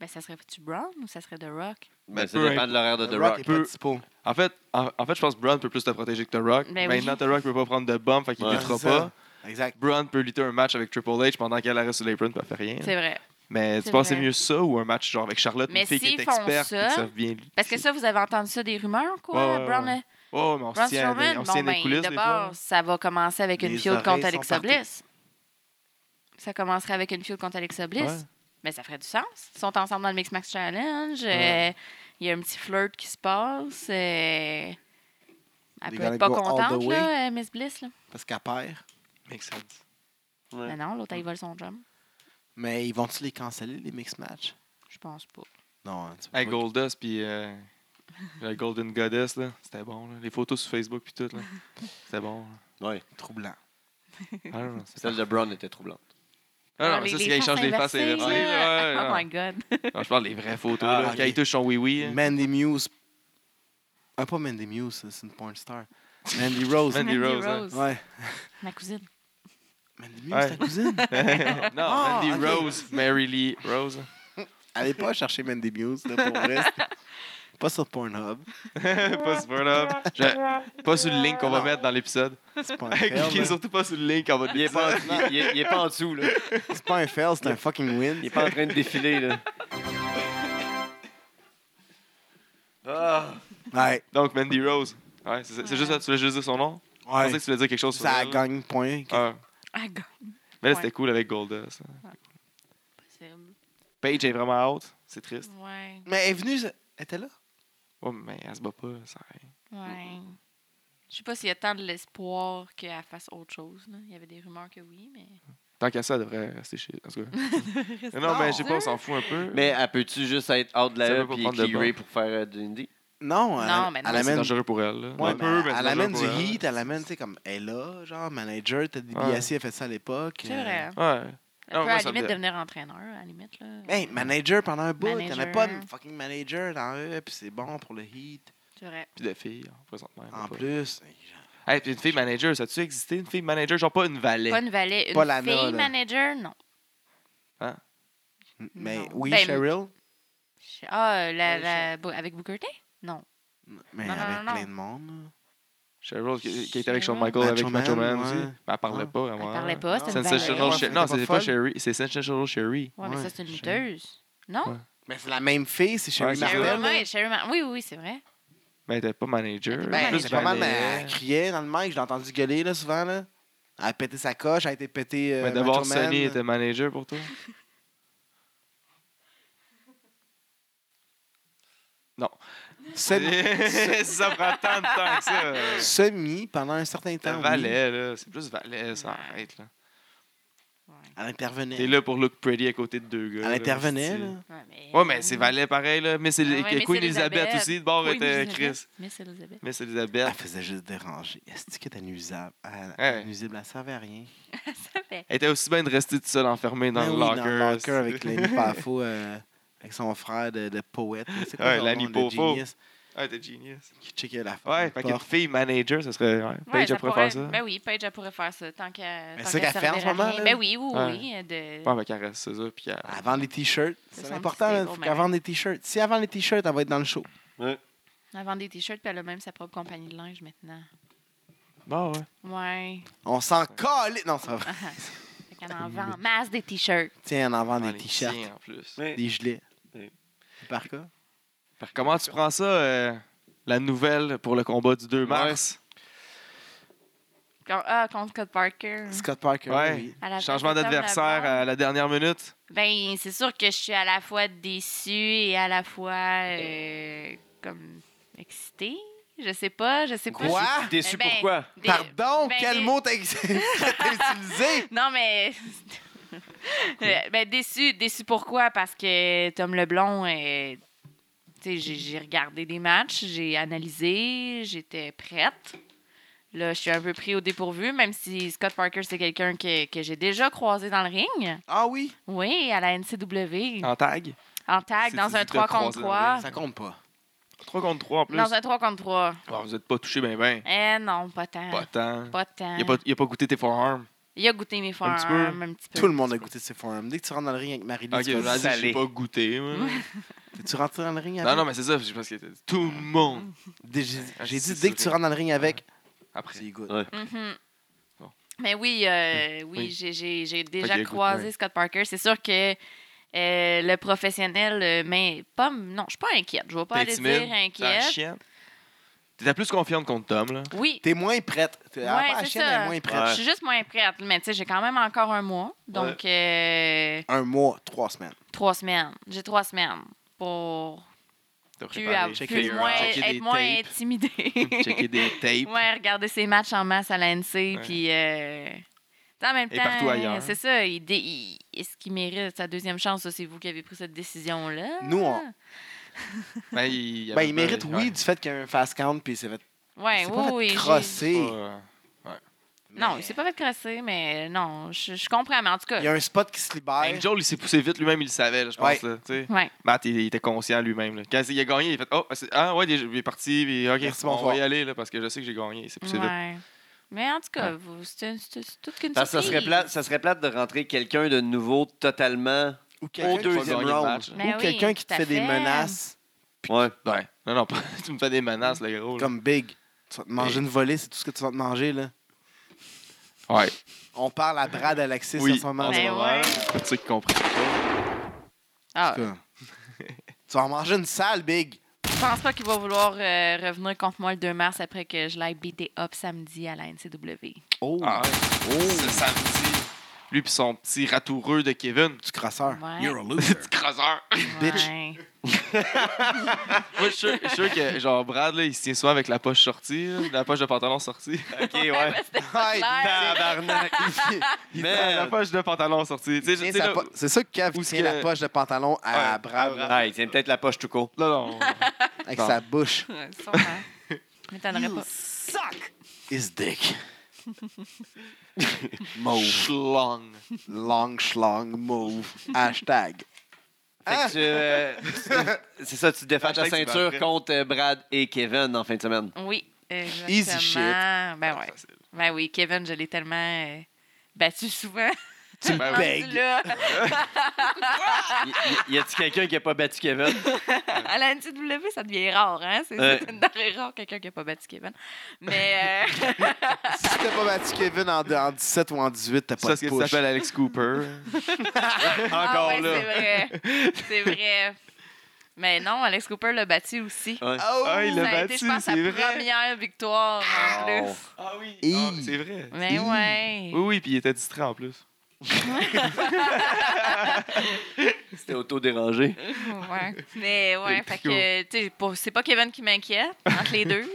[SPEAKER 4] ben, ça serait-tu Brown ou ça serait The Rock?
[SPEAKER 1] Ben, ça
[SPEAKER 3] peu
[SPEAKER 1] dépend de l'horaire de The
[SPEAKER 2] Le
[SPEAKER 1] Rock.
[SPEAKER 2] est pas
[SPEAKER 3] Peu-
[SPEAKER 2] dispo.
[SPEAKER 3] En fait, en, en fait, je pense que Braun peut plus te protéger que The Rock.
[SPEAKER 4] Ben oui.
[SPEAKER 3] Maintenant, The Rock peut pas prendre de bump, fait qu'il
[SPEAKER 1] Ouais.
[SPEAKER 3] luttera
[SPEAKER 2] C'est ça.
[SPEAKER 3] pas.
[SPEAKER 2] Exact.
[SPEAKER 3] Braun peut lutter un match avec Triple H pendant qu'elle reste sur l'apron, puis elle fait rien.
[SPEAKER 4] C'est vrai.
[SPEAKER 3] Mais
[SPEAKER 4] c'est
[SPEAKER 3] tu penses que
[SPEAKER 4] vrai.
[SPEAKER 3] c'est mieux ça ou un match genre avec Charlotte,
[SPEAKER 4] Mais
[SPEAKER 3] une fille qui
[SPEAKER 4] s'ils
[SPEAKER 3] est
[SPEAKER 4] font
[SPEAKER 3] experte,
[SPEAKER 4] ça-
[SPEAKER 3] et qui savent bien lutter?
[SPEAKER 4] Parce que ça, vous avez entendu ça des rumeurs, quoi?
[SPEAKER 3] Ouais, ouais,
[SPEAKER 4] Brown, hein?
[SPEAKER 3] ouais. Oh, mais on
[SPEAKER 4] Braun
[SPEAKER 3] se tient à des-
[SPEAKER 4] Strowman,
[SPEAKER 3] on se
[SPEAKER 4] bon,
[SPEAKER 3] tient des
[SPEAKER 4] ben,
[SPEAKER 3] coulisses des fois.
[SPEAKER 4] d'abord, ça va commencer avec une
[SPEAKER 2] Les
[SPEAKER 4] feud contre
[SPEAKER 2] oreilles sont
[SPEAKER 4] Alexa
[SPEAKER 2] partout.
[SPEAKER 4] Bliss. Ça commencerait avec une feud contre Alexa Bliss.
[SPEAKER 3] Ouais.
[SPEAKER 4] Mais ça ferait du sens. Ils sont ensemble dans le Mix Max Challenge.
[SPEAKER 3] Ouais.
[SPEAKER 4] euh, Il y a un petit flirt qui se passe. euh, Elle
[SPEAKER 2] They
[SPEAKER 4] peut
[SPEAKER 2] gonna
[SPEAKER 4] être pas
[SPEAKER 2] go all the
[SPEAKER 4] contente,
[SPEAKER 2] way?
[SPEAKER 4] là, euh, Miss Bliss. Là.
[SPEAKER 2] Parce qu'elle perd.
[SPEAKER 3] Makes sense.
[SPEAKER 1] Ouais.
[SPEAKER 4] Mais non, l'autre, elle vole son jump.
[SPEAKER 2] Mais ils vont-tu les canceller, les mix matchs?
[SPEAKER 4] Je pense pas.
[SPEAKER 2] Non, hein, tu peux
[SPEAKER 3] Hey,
[SPEAKER 2] pas-
[SPEAKER 3] Goldust, puis euh, la Golden Goddess, là, c'était bon. là. Les photos sur Facebook, puis tout, là, c'était
[SPEAKER 4] [laughs]
[SPEAKER 3] bon. là.
[SPEAKER 1] Ouais.
[SPEAKER 2] Troublant.
[SPEAKER 3] Ah, non, non, c'est
[SPEAKER 1] Celle de Brown était troublante.
[SPEAKER 3] Ah, non,
[SPEAKER 4] Ah,
[SPEAKER 3] mais
[SPEAKER 4] les-
[SPEAKER 3] ça, c'est
[SPEAKER 4] les
[SPEAKER 3] quand il change les faces.
[SPEAKER 4] inversées,
[SPEAKER 3] et les-
[SPEAKER 4] là.
[SPEAKER 3] Ouais, ouais,
[SPEAKER 4] Oh
[SPEAKER 3] ouais.
[SPEAKER 4] my God.
[SPEAKER 3] Non, Je parle des vraies photos.
[SPEAKER 1] Ah,
[SPEAKER 3] là,
[SPEAKER 2] ok.
[SPEAKER 3] Quand il touche son oui-oui. hein.
[SPEAKER 2] Mandy Muse. Ah, pas Mandy Muse, ça, c'est une porn star.
[SPEAKER 3] [laughs]
[SPEAKER 2] Mandy Rose.
[SPEAKER 3] Mandy
[SPEAKER 4] [laughs]
[SPEAKER 3] Rose, hein.
[SPEAKER 2] Ouais.
[SPEAKER 4] Ma cousine.
[SPEAKER 2] Mandy Muse,
[SPEAKER 3] Ouais.
[SPEAKER 2] ta
[SPEAKER 3] [laughs]
[SPEAKER 2] cousine.
[SPEAKER 3] non,
[SPEAKER 2] Ah,
[SPEAKER 3] Mandy
[SPEAKER 2] ok.
[SPEAKER 3] Rose, Mary Lee Rose.
[SPEAKER 2] Allez pas chercher Mandy Muse, là, pour vrai. c'est Pas sur Pornhub.
[SPEAKER 3] [laughs] pas sur là. Pas sur le lien qu'on va mettre dans [laughs] l'épisode.
[SPEAKER 2] C'est pas un
[SPEAKER 3] Cliquez
[SPEAKER 2] fail. là.
[SPEAKER 3] surtout pas sur le lien qu'on va
[SPEAKER 1] Il est
[SPEAKER 3] mettre.
[SPEAKER 1] pas, il, il est- il est pas en dessous, là.
[SPEAKER 2] C'est pas un fail,
[SPEAKER 3] [laughs]
[SPEAKER 2] c'est un fucking win.
[SPEAKER 1] Il est pas en train de défiler, là. Ah,
[SPEAKER 2] Ouais.
[SPEAKER 3] Donc, Mandy Rose. Ouais, c'est ça. C'est juste ça, tu voulais juste dire son nom? Je pensais
[SPEAKER 2] Ouais.
[SPEAKER 3] que tu voulais dire quelque chose sur
[SPEAKER 2] Ça
[SPEAKER 3] elle.
[SPEAKER 2] gagne point.
[SPEAKER 3] Ah,
[SPEAKER 4] Ah, God.
[SPEAKER 3] Mais là,
[SPEAKER 4] Ouais.
[SPEAKER 3] c'était cool avec Goldust.
[SPEAKER 4] Possible.
[SPEAKER 3] Paige est vraiment haute. C'est triste.
[SPEAKER 4] Ouais.
[SPEAKER 2] Mais elle est venue, elle était là.
[SPEAKER 3] Oh, mais elle se bat pas. Ça...
[SPEAKER 4] Ouais. Je sais pas s'il y a tant de l'espoir qu'elle fasse autre chose. là. Il y avait des rumeurs que oui, mais.
[SPEAKER 3] Tant qu'à ça, elle devrait rester chez. En tout cas.
[SPEAKER 4] [laughs]
[SPEAKER 3] Mais non, mais je sais pas, on s'en fout un peu.
[SPEAKER 1] Mais elle peut-tu juste être out de
[SPEAKER 3] Ça
[SPEAKER 1] la
[SPEAKER 3] veut
[SPEAKER 1] E
[SPEAKER 3] pas
[SPEAKER 1] puis
[SPEAKER 3] prendre de
[SPEAKER 1] clearer pour faire euh, de l'indie?
[SPEAKER 2] Non, elle,
[SPEAKER 4] Non,
[SPEAKER 2] elle
[SPEAKER 4] mais non. Mais
[SPEAKER 3] c'est
[SPEAKER 2] amène
[SPEAKER 3] dangereux pour elle. Là.
[SPEAKER 2] Ouais,
[SPEAKER 3] Un
[SPEAKER 2] mais
[SPEAKER 3] peu, mais
[SPEAKER 2] elle
[SPEAKER 3] c'est
[SPEAKER 2] amène du
[SPEAKER 3] dangereux pour elle.
[SPEAKER 2] heat, elle amène, tu sais, comme elle est là, genre manager, Ted
[SPEAKER 3] Ouais.
[SPEAKER 2] DiBiase a fait ça à l'époque.
[SPEAKER 4] C'est
[SPEAKER 3] Ouais.
[SPEAKER 4] vrai. Elle
[SPEAKER 3] Non,
[SPEAKER 4] peut
[SPEAKER 3] moi,
[SPEAKER 4] à la
[SPEAKER 3] ça me Ben,
[SPEAKER 4] limite
[SPEAKER 3] dé-
[SPEAKER 4] devenir entraîneur, à la limite. Là.
[SPEAKER 2] euh, Hey, manager pendant un bout, il n'y en a
[SPEAKER 4] Manager.
[SPEAKER 2] pas de fucking manager dans eux, puis c'est bon pour le heat.
[SPEAKER 4] C'est vrai.
[SPEAKER 3] Puis de filles, hein, présentement. il y en a
[SPEAKER 2] En
[SPEAKER 3] pas.
[SPEAKER 2] plus,
[SPEAKER 3] Hey, puis une fille manager, ça a-tu existé une fille manager Genre pas une valet.
[SPEAKER 4] Pas une valet. Une
[SPEAKER 2] Pas Lana,
[SPEAKER 4] fille
[SPEAKER 2] là.
[SPEAKER 4] manager, non.
[SPEAKER 2] mais
[SPEAKER 4] Non.
[SPEAKER 2] oui,
[SPEAKER 4] Ben,
[SPEAKER 2] Cheryl,
[SPEAKER 4] Ah, la,
[SPEAKER 2] Ouais,
[SPEAKER 4] la- bo- avec Booker T? Non.
[SPEAKER 2] mais
[SPEAKER 4] non, non,
[SPEAKER 2] avec
[SPEAKER 4] non,
[SPEAKER 2] plein
[SPEAKER 4] non.
[SPEAKER 2] de monde.
[SPEAKER 3] Cheryl qui, qui était avec Shawn
[SPEAKER 4] Cheryl.
[SPEAKER 3] Michaels,
[SPEAKER 2] Macho
[SPEAKER 3] avec Macho
[SPEAKER 2] Man,
[SPEAKER 3] Man,
[SPEAKER 2] ouais.
[SPEAKER 3] aussi. Mais elle parlait
[SPEAKER 2] Ouais.
[SPEAKER 3] pas,
[SPEAKER 4] Elle
[SPEAKER 3] vraiment.
[SPEAKER 4] parlait pas,
[SPEAKER 2] Non.
[SPEAKER 4] c'était une
[SPEAKER 3] Sensational
[SPEAKER 4] valet.
[SPEAKER 2] Ouais,
[SPEAKER 3] Sherry. Non,
[SPEAKER 2] c'était
[SPEAKER 3] c'est
[SPEAKER 2] pas
[SPEAKER 3] pas
[SPEAKER 2] folle.
[SPEAKER 3] Sherry. C'est Sensational Sherry.
[SPEAKER 4] Ouais, mais
[SPEAKER 2] Ouais,
[SPEAKER 4] ça, c'est une
[SPEAKER 3] Sherry.
[SPEAKER 4] lutteuse. Non?
[SPEAKER 3] Ouais.
[SPEAKER 2] Mais c'est la même fille, c'est Cheryl
[SPEAKER 3] Ouais, c'est
[SPEAKER 2] Martel.
[SPEAKER 4] Sherry
[SPEAKER 3] ça.
[SPEAKER 2] là.
[SPEAKER 4] Ma- Sherry Ma- Oui, oui, oui, c'est vrai.
[SPEAKER 3] Mais elle était pas manager.
[SPEAKER 4] Ben,
[SPEAKER 2] Ben,
[SPEAKER 3] plus
[SPEAKER 2] c'est pas mal, mais
[SPEAKER 3] valet.
[SPEAKER 2] elle criait dans le mic, je l'ai entendu gueuler là, souvent. Là. Elle a pété sa coche, elle a été pétée. euh,
[SPEAKER 3] Mais d'abord,
[SPEAKER 2] Macho Man.
[SPEAKER 3] Sonny était manager pour
[SPEAKER 2] [laughs]
[SPEAKER 3] toi
[SPEAKER 2] Semi,
[SPEAKER 3] C'est- [laughs] ça prend tant de temps que ça.
[SPEAKER 2] semi pendant un certain
[SPEAKER 3] C'est
[SPEAKER 2] temps. oui.
[SPEAKER 3] valet, là. C'est plus valet, ça
[SPEAKER 4] Ouais.
[SPEAKER 3] arrête, là.
[SPEAKER 2] Elle intervenait.
[SPEAKER 3] T'es là pour look pretty à côté de deux gars.
[SPEAKER 2] Elle
[SPEAKER 3] là,
[SPEAKER 2] intervenait.
[SPEAKER 3] c'est-
[SPEAKER 2] Là.
[SPEAKER 4] Ouais, mais...
[SPEAKER 3] Ouais, mais c'est valet pareil, là. Mais c'est
[SPEAKER 4] Ouais, mais
[SPEAKER 3] Queen
[SPEAKER 4] c'est
[SPEAKER 3] Elizabeth,
[SPEAKER 4] Elizabeth.
[SPEAKER 3] aussi, de bord
[SPEAKER 4] Oui,
[SPEAKER 3] était
[SPEAKER 4] Miss
[SPEAKER 3] Chris.
[SPEAKER 4] Elizabeth. Miss Elizabeth. [laughs]
[SPEAKER 3] Miss
[SPEAKER 2] Elle
[SPEAKER 3] Elizabeth.
[SPEAKER 2] faisait juste déranger. Est-ce qu'elle était nuisible? Elle,
[SPEAKER 3] Ouais.
[SPEAKER 2] nuisible, elle servait à rien.
[SPEAKER 4] Ça fait.
[SPEAKER 3] Elle était aussi bien de rester toute seule enfermée dans
[SPEAKER 2] Mais Ben
[SPEAKER 3] le
[SPEAKER 2] oui,
[SPEAKER 3] locker.
[SPEAKER 2] Dans le locker avec Lenny
[SPEAKER 3] [laughs]
[SPEAKER 2] Pafo, euh, avec son frère de, de poète. là. C'est quoi
[SPEAKER 3] Ouais,
[SPEAKER 2] son
[SPEAKER 3] Lenny
[SPEAKER 2] nom, le
[SPEAKER 3] Poffo.
[SPEAKER 2] genius
[SPEAKER 3] Ah, t'es genius.
[SPEAKER 2] Qui checkait la femme.
[SPEAKER 3] Ouais, fait qu'une fille manager, ça serait. Ouais,
[SPEAKER 4] Ouais,
[SPEAKER 3] Paige,
[SPEAKER 4] ça
[SPEAKER 3] elle pourrait faire ça.
[SPEAKER 4] Ben oui, Paige, elle pourrait faire ça. Tant qu'elle.
[SPEAKER 2] Mais
[SPEAKER 4] tant
[SPEAKER 2] c'est ça qu'elle fait en ce
[SPEAKER 4] servirait à
[SPEAKER 2] moment,
[SPEAKER 4] rien.
[SPEAKER 2] là.
[SPEAKER 4] Ben oui, oui,
[SPEAKER 3] Ouais.
[SPEAKER 4] oui. De...
[SPEAKER 3] Ouais, ben, qu'elle reste, c'est ça. Puis qu'elle-
[SPEAKER 2] Elle vend des t-shirts.
[SPEAKER 4] Ça
[SPEAKER 2] C'est
[SPEAKER 4] semble
[SPEAKER 2] important, là.
[SPEAKER 4] stable,
[SPEAKER 2] Faut
[SPEAKER 4] mais
[SPEAKER 2] qu'elle
[SPEAKER 4] ouais.
[SPEAKER 2] vende des t-shirts. Si elle vend des t-shirts, elle va être dans le show.
[SPEAKER 4] Elle vend des t-shirts, puis elle a même sa propre compagnie de linge maintenant.
[SPEAKER 3] Bon, ouais.
[SPEAKER 4] Ouais.
[SPEAKER 2] On s'en colle. Non, ça va.
[SPEAKER 4] Ah, ah. [laughs] Fait Elle en vend en masse des t-shirts.
[SPEAKER 2] Tiens, on en vend
[SPEAKER 3] Ah,
[SPEAKER 2] des
[SPEAKER 3] les
[SPEAKER 2] t-shirts,
[SPEAKER 3] tiens, en plus.
[SPEAKER 1] Oui.
[SPEAKER 2] des gilets.
[SPEAKER 1] Oui.
[SPEAKER 2] Par quoi?
[SPEAKER 4] Mm.
[SPEAKER 3] Comment tu prends ça, euh, la nouvelle pour le combat du 2 mars?
[SPEAKER 4] Con- Ah, contre Scott Parker.
[SPEAKER 2] Scott Parker,
[SPEAKER 3] Ouais.
[SPEAKER 2] oui.
[SPEAKER 4] À la
[SPEAKER 3] Changement
[SPEAKER 4] place de Tom
[SPEAKER 3] d'adversaire
[SPEAKER 4] Laporte.
[SPEAKER 3] à la dernière minute.
[SPEAKER 4] Ben, c'est sûr que je suis à la fois déçue et à la fois euh, comme excitée. Je sais pas, je sais pas.
[SPEAKER 2] Quoi?
[SPEAKER 4] Je-
[SPEAKER 1] Déçu
[SPEAKER 4] Eh ben,
[SPEAKER 1] pourquoi?
[SPEAKER 4] des-
[SPEAKER 2] Pardon,
[SPEAKER 4] ben,
[SPEAKER 2] quel
[SPEAKER 4] des-
[SPEAKER 2] mot t'as ex- [laughs] t'as
[SPEAKER 4] [laughs]
[SPEAKER 2] utilisé?
[SPEAKER 4] Non,
[SPEAKER 3] [laughs]
[SPEAKER 4] mais. Euh, ben, déçu, déçu pourquoi? Parce que Tom Leblon, euh, tu sais, j'ai- j'ai regardé des matchs, j'ai analysé, j'étais prête. Là, je suis un peu pris au dépourvu, même si Scott Parker, c'est quelqu'un que, que j'ai déjà croisé dans le ring.
[SPEAKER 2] Ah oui?
[SPEAKER 4] Oui, à la NCW.
[SPEAKER 3] En tag.
[SPEAKER 4] En tag,
[SPEAKER 3] Ah, C'est
[SPEAKER 4] dans un
[SPEAKER 3] du
[SPEAKER 4] 3
[SPEAKER 3] 3
[SPEAKER 4] contre
[SPEAKER 3] dans
[SPEAKER 4] 3.
[SPEAKER 2] Ça compte pas.
[SPEAKER 3] 3 contre 3 en plus.
[SPEAKER 4] Dans un 3 contre 3.
[SPEAKER 3] Ah, vous n'êtes pas touché, ben ben.
[SPEAKER 4] Eh non, pas tant.
[SPEAKER 3] Pas tant.
[SPEAKER 4] Pas, tant.
[SPEAKER 3] Il a, pas, il a pas goûté tes forearms.
[SPEAKER 4] Il a goûté mes formes
[SPEAKER 3] Un
[SPEAKER 4] un
[SPEAKER 3] petit
[SPEAKER 4] petit
[SPEAKER 3] peu.
[SPEAKER 4] peu.
[SPEAKER 2] Tout le monde a goûté ses forums. Dès que tu rentres dans le ring avec Marie-Lou,
[SPEAKER 3] Ok,
[SPEAKER 2] tu vas-
[SPEAKER 1] vas-y.
[SPEAKER 3] je
[SPEAKER 1] salé.
[SPEAKER 3] n'ai pas goûté. moi.
[SPEAKER 2] tu rentres dans le ring avec?
[SPEAKER 3] non, non, mais c'est ça. Je pense que tout le monde
[SPEAKER 2] Dès- J'ai j'ai
[SPEAKER 3] c'est
[SPEAKER 2] dit, dès que
[SPEAKER 3] sûr.
[SPEAKER 2] tu rentres dans le ring avec,
[SPEAKER 3] après.
[SPEAKER 2] c'est good.
[SPEAKER 1] Ouais.
[SPEAKER 4] Mhm.
[SPEAKER 3] Bon.
[SPEAKER 4] Mais oui, euh, oui,
[SPEAKER 3] Oui.
[SPEAKER 4] j'ai- j'ai j'ai déjà
[SPEAKER 3] écoute,
[SPEAKER 4] croisé
[SPEAKER 3] ouais.
[SPEAKER 4] Scott Parker. C'est sûr que euh, le professionnel, euh, mais pas, non, je suis pas inquiète. Je vais pas
[SPEAKER 3] T'es
[SPEAKER 4] aller
[SPEAKER 3] timide,
[SPEAKER 4] dire
[SPEAKER 3] T'es la
[SPEAKER 4] inquiète.
[SPEAKER 3] chienne. T'étais plus confiante contre Tom, là.
[SPEAKER 4] Oui,
[SPEAKER 2] T'es moins prête. T'es à
[SPEAKER 4] Ouais,
[SPEAKER 2] part la
[SPEAKER 4] c'est
[SPEAKER 2] chienne,
[SPEAKER 4] ça.
[SPEAKER 2] elle est moins prête.
[SPEAKER 1] Ouais.
[SPEAKER 4] je suis juste moins prête. Mais tu sais, j'ai quand même encore un mois. Donc, euh,
[SPEAKER 2] Un mois, trois semaines.
[SPEAKER 4] trois semaines. J'ai trois semaines pour
[SPEAKER 3] T'as
[SPEAKER 4] plus,
[SPEAKER 3] préparé.
[SPEAKER 4] avoir-
[SPEAKER 3] Checker
[SPEAKER 4] plus
[SPEAKER 3] des-
[SPEAKER 4] moins,
[SPEAKER 3] checker des
[SPEAKER 4] être moins
[SPEAKER 3] tapes.
[SPEAKER 4] intimidée.
[SPEAKER 3] [laughs] Checker des tapes.
[SPEAKER 4] Ouais, regarder ses matchs en masse à l'ANC, puis... euh, tu sais, en même
[SPEAKER 3] Et
[SPEAKER 4] temps,
[SPEAKER 3] partout ailleurs.
[SPEAKER 4] c'est ça, il dé- il- est-ce qu'il mérite sa deuxième chance? Ça, c'est vous qui avez pris cette décision-là.
[SPEAKER 2] Nous, on-
[SPEAKER 3] Ben, il, y
[SPEAKER 2] Ben,
[SPEAKER 3] avait
[SPEAKER 2] il
[SPEAKER 3] pas-
[SPEAKER 2] mérite,
[SPEAKER 3] ouais.
[SPEAKER 2] oui, du fait qu'il y a eu un fast count, puis il s'est fait,
[SPEAKER 4] Ouais,
[SPEAKER 2] il s'est pas fait
[SPEAKER 4] Ben oui, oui. j'ai-
[SPEAKER 2] crosser.
[SPEAKER 3] Pas-
[SPEAKER 4] Non,
[SPEAKER 2] mais
[SPEAKER 4] il s'est pas fait crosser, mais euh, non, je, je comprends, mais en tout cas...
[SPEAKER 2] Il y a un spot qui se libère.
[SPEAKER 3] Ben, Joel, il s'est poussé vite lui-même, il le savait, là, je pense. là, tu sais.
[SPEAKER 4] Ouais.
[SPEAKER 3] Matt, il, il était conscient lui-même. là. Quand il a gagné, il a fait Oh, c'est- ah ouais, il est parti, puis ok,
[SPEAKER 2] Merci,
[SPEAKER 3] on
[SPEAKER 2] bonsoir.
[SPEAKER 3] va y aller, là, parce que je sais que j'ai gagné. Il s'est poussé vite.
[SPEAKER 4] ouais. Mais en tout cas, vous- c'est c'est- c'est toute qu'une
[SPEAKER 1] Parce que ça serait,
[SPEAKER 4] surprise.
[SPEAKER 1] plate, ça serait plate de rentrer quelqu'un de nouveau totalement.
[SPEAKER 2] Ou quelqu'un
[SPEAKER 1] Au
[SPEAKER 2] qui te fait
[SPEAKER 1] deuxième
[SPEAKER 2] des
[SPEAKER 3] gagner le
[SPEAKER 1] round.
[SPEAKER 3] match, là.
[SPEAKER 4] Ben
[SPEAKER 2] Ou
[SPEAKER 4] oui,
[SPEAKER 2] quelqu'un qui te
[SPEAKER 4] tout à
[SPEAKER 2] fait des menaces
[SPEAKER 1] Ouais.
[SPEAKER 3] Ouais. Non, non, pas- [laughs] tu me fais des menaces, le gros. là.
[SPEAKER 2] comme Big. Tu vas te manger
[SPEAKER 3] Big.
[SPEAKER 2] une volée, c'est tout ce que tu vas te manger, là.
[SPEAKER 3] Ouais.
[SPEAKER 2] On parle à Brad Alexis en
[SPEAKER 3] Oui,
[SPEAKER 2] ce moment.
[SPEAKER 3] en
[SPEAKER 4] Ben
[SPEAKER 3] ce moment,
[SPEAKER 4] ouais.
[SPEAKER 3] c'est pour ça qu'il comprend.
[SPEAKER 4] Ah,
[SPEAKER 2] En tout cas. tu vas en manger une sale, Big.
[SPEAKER 4] je pense pas qu'il va vouloir euh, revenir contre moi le 2 mars après que je l'aille beater up samedi à la NCW.
[SPEAKER 2] Oh,
[SPEAKER 3] Ah, ouais. C'est samedi. Lui puis son petit ratoureux de Kevin.
[SPEAKER 2] du crosseur.
[SPEAKER 4] Ouais,
[SPEAKER 5] You're a
[SPEAKER 3] C'est
[SPEAKER 5] loser.
[SPEAKER 3] petit crosseur.
[SPEAKER 2] bitch.
[SPEAKER 4] ouais.
[SPEAKER 3] Moi, je suis sûr- je suis sûr que, genre, Brad, là, il se tient souvent avec la poche sortie, là, la poche de pantalon sortie.
[SPEAKER 1] OK,
[SPEAKER 4] [laughs]
[SPEAKER 1] ouais.
[SPEAKER 2] Ouais,
[SPEAKER 4] clair.
[SPEAKER 1] Tabarnak.
[SPEAKER 3] la
[SPEAKER 2] Euh,
[SPEAKER 1] Man.
[SPEAKER 3] poche de pantalon sortie. Tu sais,
[SPEAKER 2] tiens
[SPEAKER 3] je- tu sais,
[SPEAKER 2] sa
[SPEAKER 3] là-
[SPEAKER 2] po- C'est ça que Kev
[SPEAKER 3] Où est-ce
[SPEAKER 2] tient la
[SPEAKER 3] que-
[SPEAKER 2] poche de pantalon à
[SPEAKER 3] Ouais,
[SPEAKER 2] Brad,
[SPEAKER 3] à
[SPEAKER 2] là,
[SPEAKER 1] Ah, il tient peut-être la poche tout court.
[SPEAKER 3] Non,
[SPEAKER 4] [laughs]
[SPEAKER 3] non.
[SPEAKER 2] avec
[SPEAKER 3] Bon.
[SPEAKER 2] sa bouche.
[SPEAKER 4] Ouais, sûrement.
[SPEAKER 3] [laughs]
[SPEAKER 4] M'étonnerait pas.
[SPEAKER 2] His dick.
[SPEAKER 3] Schlong.
[SPEAKER 2] Long schlong move. Hashtag.
[SPEAKER 1] Fait que tu, [laughs] euh, c'est ça, tu défends ta
[SPEAKER 3] Hashtag, tu vas
[SPEAKER 1] ceinture
[SPEAKER 3] après.
[SPEAKER 1] contre euh, Brad et Kevin en fin de semaine.
[SPEAKER 4] Oui, exactement.
[SPEAKER 2] Easy shit.
[SPEAKER 4] Ben, ouais. ben oui, Kevin, je l'ai tellement euh,
[SPEAKER 3] [laughs]
[SPEAKER 4] battu souvent.
[SPEAKER 3] Tu le
[SPEAKER 2] payes.
[SPEAKER 4] Rendu là, [laughs]
[SPEAKER 1] Y, y- y a-tu quelqu'un qui a pas battu [laughs] Kevin?
[SPEAKER 4] à la NCW, ça devient rare, hein? C'est
[SPEAKER 3] Euh.
[SPEAKER 1] Ouais.
[SPEAKER 4] c'est une denrée rare, quelqu'un qui n'a pas battu Kevin.
[SPEAKER 3] [laughs]
[SPEAKER 4] Mais euh, [laughs]
[SPEAKER 2] si t'as pas battu Kevin en, en 17 ou en 18, t'as
[SPEAKER 3] Ça,
[SPEAKER 2] pas
[SPEAKER 3] c'est
[SPEAKER 2] de
[SPEAKER 3] que ça
[SPEAKER 2] push.
[SPEAKER 3] s'appelle Alex
[SPEAKER 4] [laughs]
[SPEAKER 3] Cooper.
[SPEAKER 4] ah
[SPEAKER 3] Encore
[SPEAKER 4] ouais,
[SPEAKER 3] là.
[SPEAKER 4] c'est vrai. C'est vrai. Mais non, Alex Cooper l'a battu aussi.
[SPEAKER 1] Ouais.
[SPEAKER 2] Oh!
[SPEAKER 3] Ah, il
[SPEAKER 4] ça
[SPEAKER 3] l'a
[SPEAKER 4] a été,
[SPEAKER 3] battu,
[SPEAKER 4] je pense, sa
[SPEAKER 3] c'est vrai.
[SPEAKER 4] première victoire en
[SPEAKER 1] Wow.
[SPEAKER 4] plus.
[SPEAKER 3] Ah oui.
[SPEAKER 2] Hi.
[SPEAKER 3] Ah, c'est vrai.
[SPEAKER 4] Mais ouais.
[SPEAKER 3] Oui, oui, puis il était distrait en plus.
[SPEAKER 1] C'était auto-dérangé.
[SPEAKER 4] Ouais. Mais ouais,
[SPEAKER 3] le
[SPEAKER 4] fait
[SPEAKER 3] tricot.
[SPEAKER 4] que, tu sais, pour- c'est pas Kevin qui m'inquiète, entre les deux.
[SPEAKER 1] [laughs]